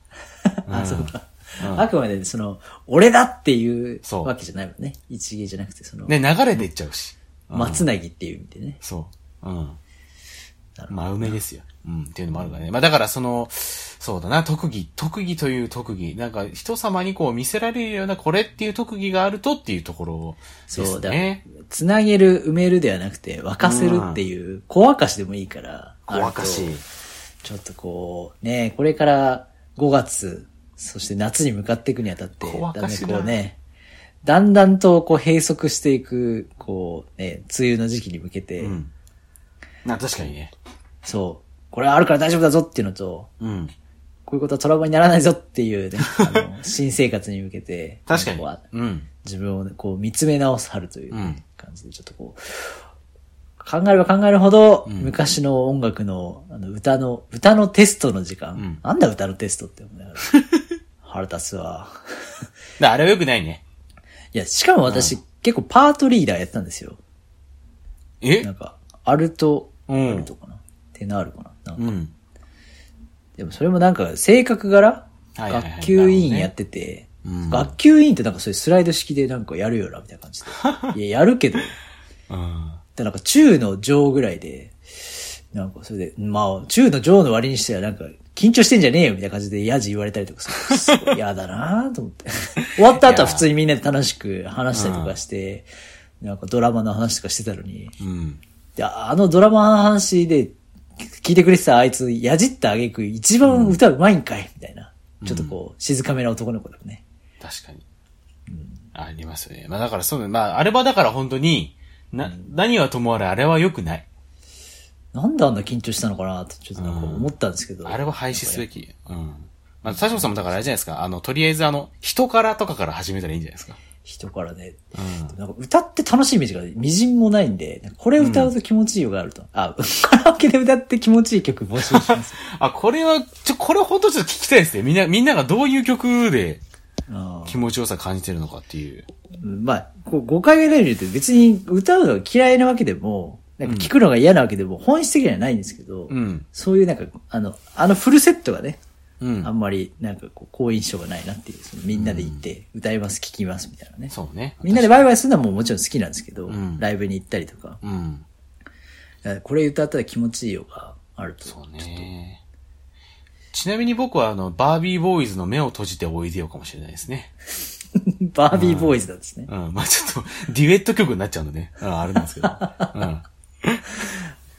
あ、そうか。
うん
あくまで、その、俺だっていう
そう
わけじゃないもんね。一芸じゃなくて、その、
ね、流れていっちゃうし。
松なぎっていう意味でね。
そう。うん
なる。ほ
まあ、梅ですよ。うん、っていうのもあるからね。まあ、だからその、そうだな、特技、特技という特技。なんか、人様にこう見せられるような、これっていう特技があるとっていうところで
そう
す
だ
ね。。
つなげる、埋めるではなくて、沸かせるっていう、小沸かしでもいいから。
小沸かし
あるとちょっとこう、ね、これから5月、そして夏に向かっていくにあたって、
小沸かしだ
だんだんこうね、だんだんとこう閉塞していく、こうね、梅雨の時期に向けて、
うん。な、確かにね。
そう、これはあるから大丈夫だぞっていうのと、
うん。
こういうことはトラウマにならないぞっていうね、 あの、新生活に向けて、
確か
こ
に
うあ。
うん。
自分をねこう見つめ直す春という
うん
ね感じで、ちょっとこう、考えれば考えるほど、
ん
昔の音楽の、あの、歌の、歌のテストの時間。
うん
なんだ歌のテストって思いながら 腹立つわ。
だあれは良くないね。
いや、しかも私、結構パートリーダーやってたんですよ。
え
なんか、アルト、
う
ア
ん
ルトかな、テナールかななんか
うん。
でもそれもなんか、性格柄、
はいはいはい
学級委員やってて、
なるほどねうん
学級委員ってなんかそういうスライド式でなんかやるよな、みたいな感じ で。いや、やるけど、
うん。
で、なんか中の上ぐらいで、なんかそれで、まあ、中の上の割にしてはなんか、緊張してんじゃねえよみたいな感じでヤジ言われたりとかさ、 すごい嫌だなと思って。終わった後は普通にみんなで楽しく話したりとかして、なんかドラマの話とかしてたのに、
うん。
であのドラマの話で聞いてくれてたあいつ、やじったあげく一番歌うまいんかいみたいな。ちょっとこう、静かめな男の子だよね。
確かに。ありますよね。まあだからそうだまああれはだから本当に、な、何はともあれあれは良くない。
なんであんな緊張したのかなってちょっとなんか思ったんですけど。
あれは廃止すべき。うん。まあ、佐藤さんもだからあれじゃないですか。あの、とりあえずあの、人からとかから始めたらいいんじゃないですか。
人からね、
う
なんか歌って楽しいイメージがみじんもないんで、これ歌うと気持ちいいよがあると。あ、カラオケで歌って気持ちいい曲募集し ます。
あ、これは、ちょ、これ本当ちょっと聞きたいですね。みんな、みんながどういう曲で
あ
気持ちよさ感じてるのかっていう。
まあ、こう誤解が出ると別に歌うのが嫌いなわけでも、なんか聞くのが嫌なわけでも本質的にはないんですけど、
うん。
そういうなんか、あの、あのフルセットがね、
うん
あ。んまりなんかこう、好印象がないなっていう、そのみんなで行って歌います、聴きますみたいなね。
そうね。
みんなでワイワイするのはもうもちろん好きなんですけど、
うん
ライブに行ったりとか、
うん。
これ歌ったら気持ちいいよがあると。
そうね。ちなみに僕はあの、バービーボーイズの目を閉じておいでよかもしれないですね。
バービーボーイズなんですね。
うん。まあちょっと、デュエット曲になっちゃうのね。うん、あれなんですけど。うん。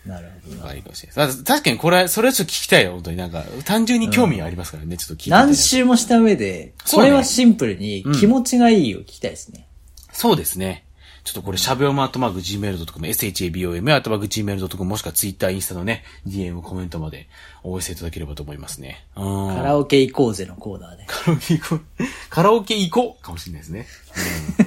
なるほど。
まあいいかもしれないですた確かにこれ、それはちょっと聞きたいよ、本当に。なんか、単純に興味ありますからね、ちょっと聞いてみたい
何周もした上で、
そ
こ
うね
れはシンプルに気持ちがいいを聞きたいですね。
そうですね。ちょっとこれ、しゃべおまアットマーク gmail.com、shabom アットマーク gmail.com、もしくは Twitter、インスタのね、DM、コメントまでお寄せいただければと思いますね。うん。
カ
カ
ラオケ行こうぜのコーナーで。
カラオケ行こう。カラオケ行こうかもしれないですね。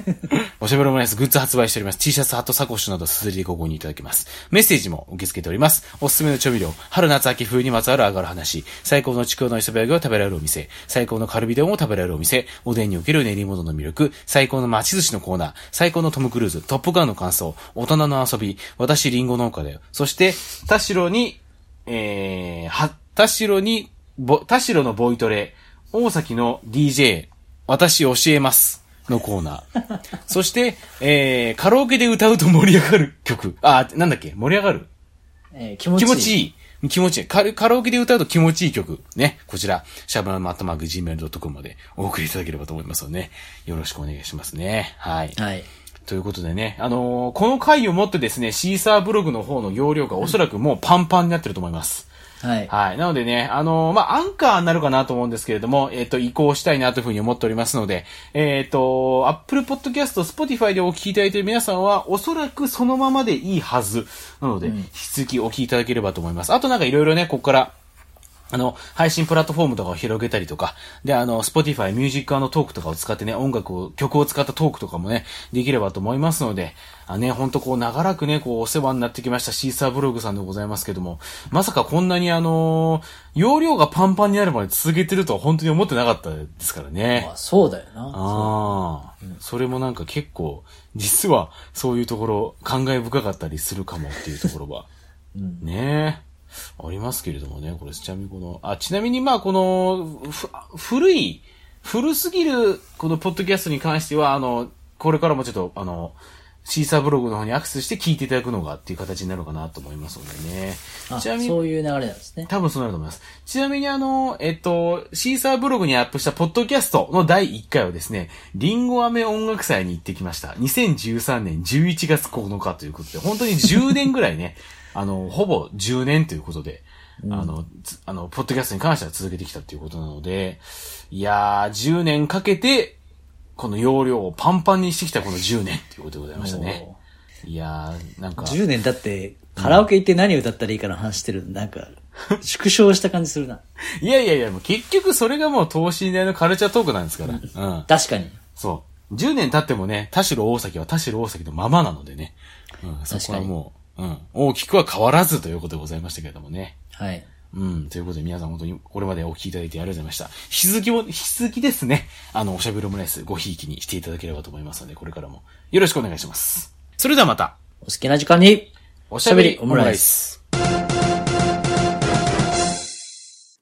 うんまあおしゃべりオムライスグッズ発売しております。T シャツ、ハット、サコッシュなどすずりでご購入いただけます。メッセージも受け付けております。おすすめの調味料、春夏秋冬にまつわる上がる話、最高のちくわの磯辺揚げを食べられるお店、最高のカルビ丼を食べられるお店、おでんにおける練り物の魅力、最高の町寿司のコーナー、最高のトム・クルーズ、トップガンの感想、大人の遊び、私リンゴ農家だよ。そして、田代に、えー、は、田代に、ぼ、田代のボイトレ、大崎の DJ、私教えます。のコーナー。 そして、えー、カラオケで歌うと盛り上がる曲。あ、なんだっけ盛り上がる
えー気持ちい
気
い。
持ちいい。気持ちいい。カラカラオケで歌うと気持ちいい曲。ね。こちら、シャブラマットマーク Gmail.com までお送りいただければと思いますので、ね、よろしくお願いしますね。はい。
はい。
ということでね、あのーこの回をもってですね、シーサーブログの方の容量がおそらくもうパンパンになってると思います。
はい。
はい。なのでね、あのーまあ、アンカーになるかなと思うんですけれども、えっ、と、移行したいなというふうに思っておりますので、えっ、と、Apple Podcast、Spotify でお聞きいただいている皆さんは、おそらくそのままでいいはず。なので、引き続きお聞きいただければと思います。あとなんかいろいろね、ここから、あの、配信プラットフォームとかを広げたりとか、で、あの、Spotify、Music and Talk とかを使ってね、音楽を、曲を使ったトークとかもね、できればと思いますので、あね、ほんとこう、長らくね、こう、お世話になってきましたシーサーブログさんでございますけども、まさかこんなにあのー容量がパンパンになるまで続けてるとは本当に思ってなかったですからね
まあ、。そうだよな。
ああ、それもなんか結構、実はそういうところ、感慨深かったりするかも っていうところは、ねえ、ありますけれどもね、これ、ちなみにこの、あ、ちなみにまあこの、ふ古い、古すぎる、このポッドキャストに関しては、あの、これからもちょっと、あの、シーサーブログの方にアクセスして聞いていただくのがっていう形になるかなと思いますのでね。
あ
ちなみに
そういう流れなんです ね。
多分そうなると思います。ちなみにあの、えっと、シーサーブログにアップしたポッドキャストの第1回はですね、リンゴ飴音楽祭に行ってきました。2013年11月9日ということで、本当に10年ぐらいね、 あの、ほぼ10年ということで、あの、つあの、ポッドキャストに関しては続けてきたということなので、いやー、10年かけて、この容量をパンパンにしてきたこの10年ということでございましたね。いやー、なんか。
10年だって、カラオケ行って何歌ったらいいかの話してるのなんか、縮小した感じするな。
いやいやいや、もう結局それがもう等身大のカルチャートークなんですから。うん。
確かに。
そう。10年経ってもね、田代大崎は田代大崎のままなのでね。うん、そこはもう、うん、大きくは変わらずということでございましたけれどもね。
はい。
うん、ということで皆さん本当にこれまでお聞きいただいてありがとうございました。引き続きも、引き続きですね、あの、おしゃべりオムライスごひいきにしていただければと思いますので、これからもよろしくお願いします。それではまた、
お好きな時間に、
お
しゃべりオムライス。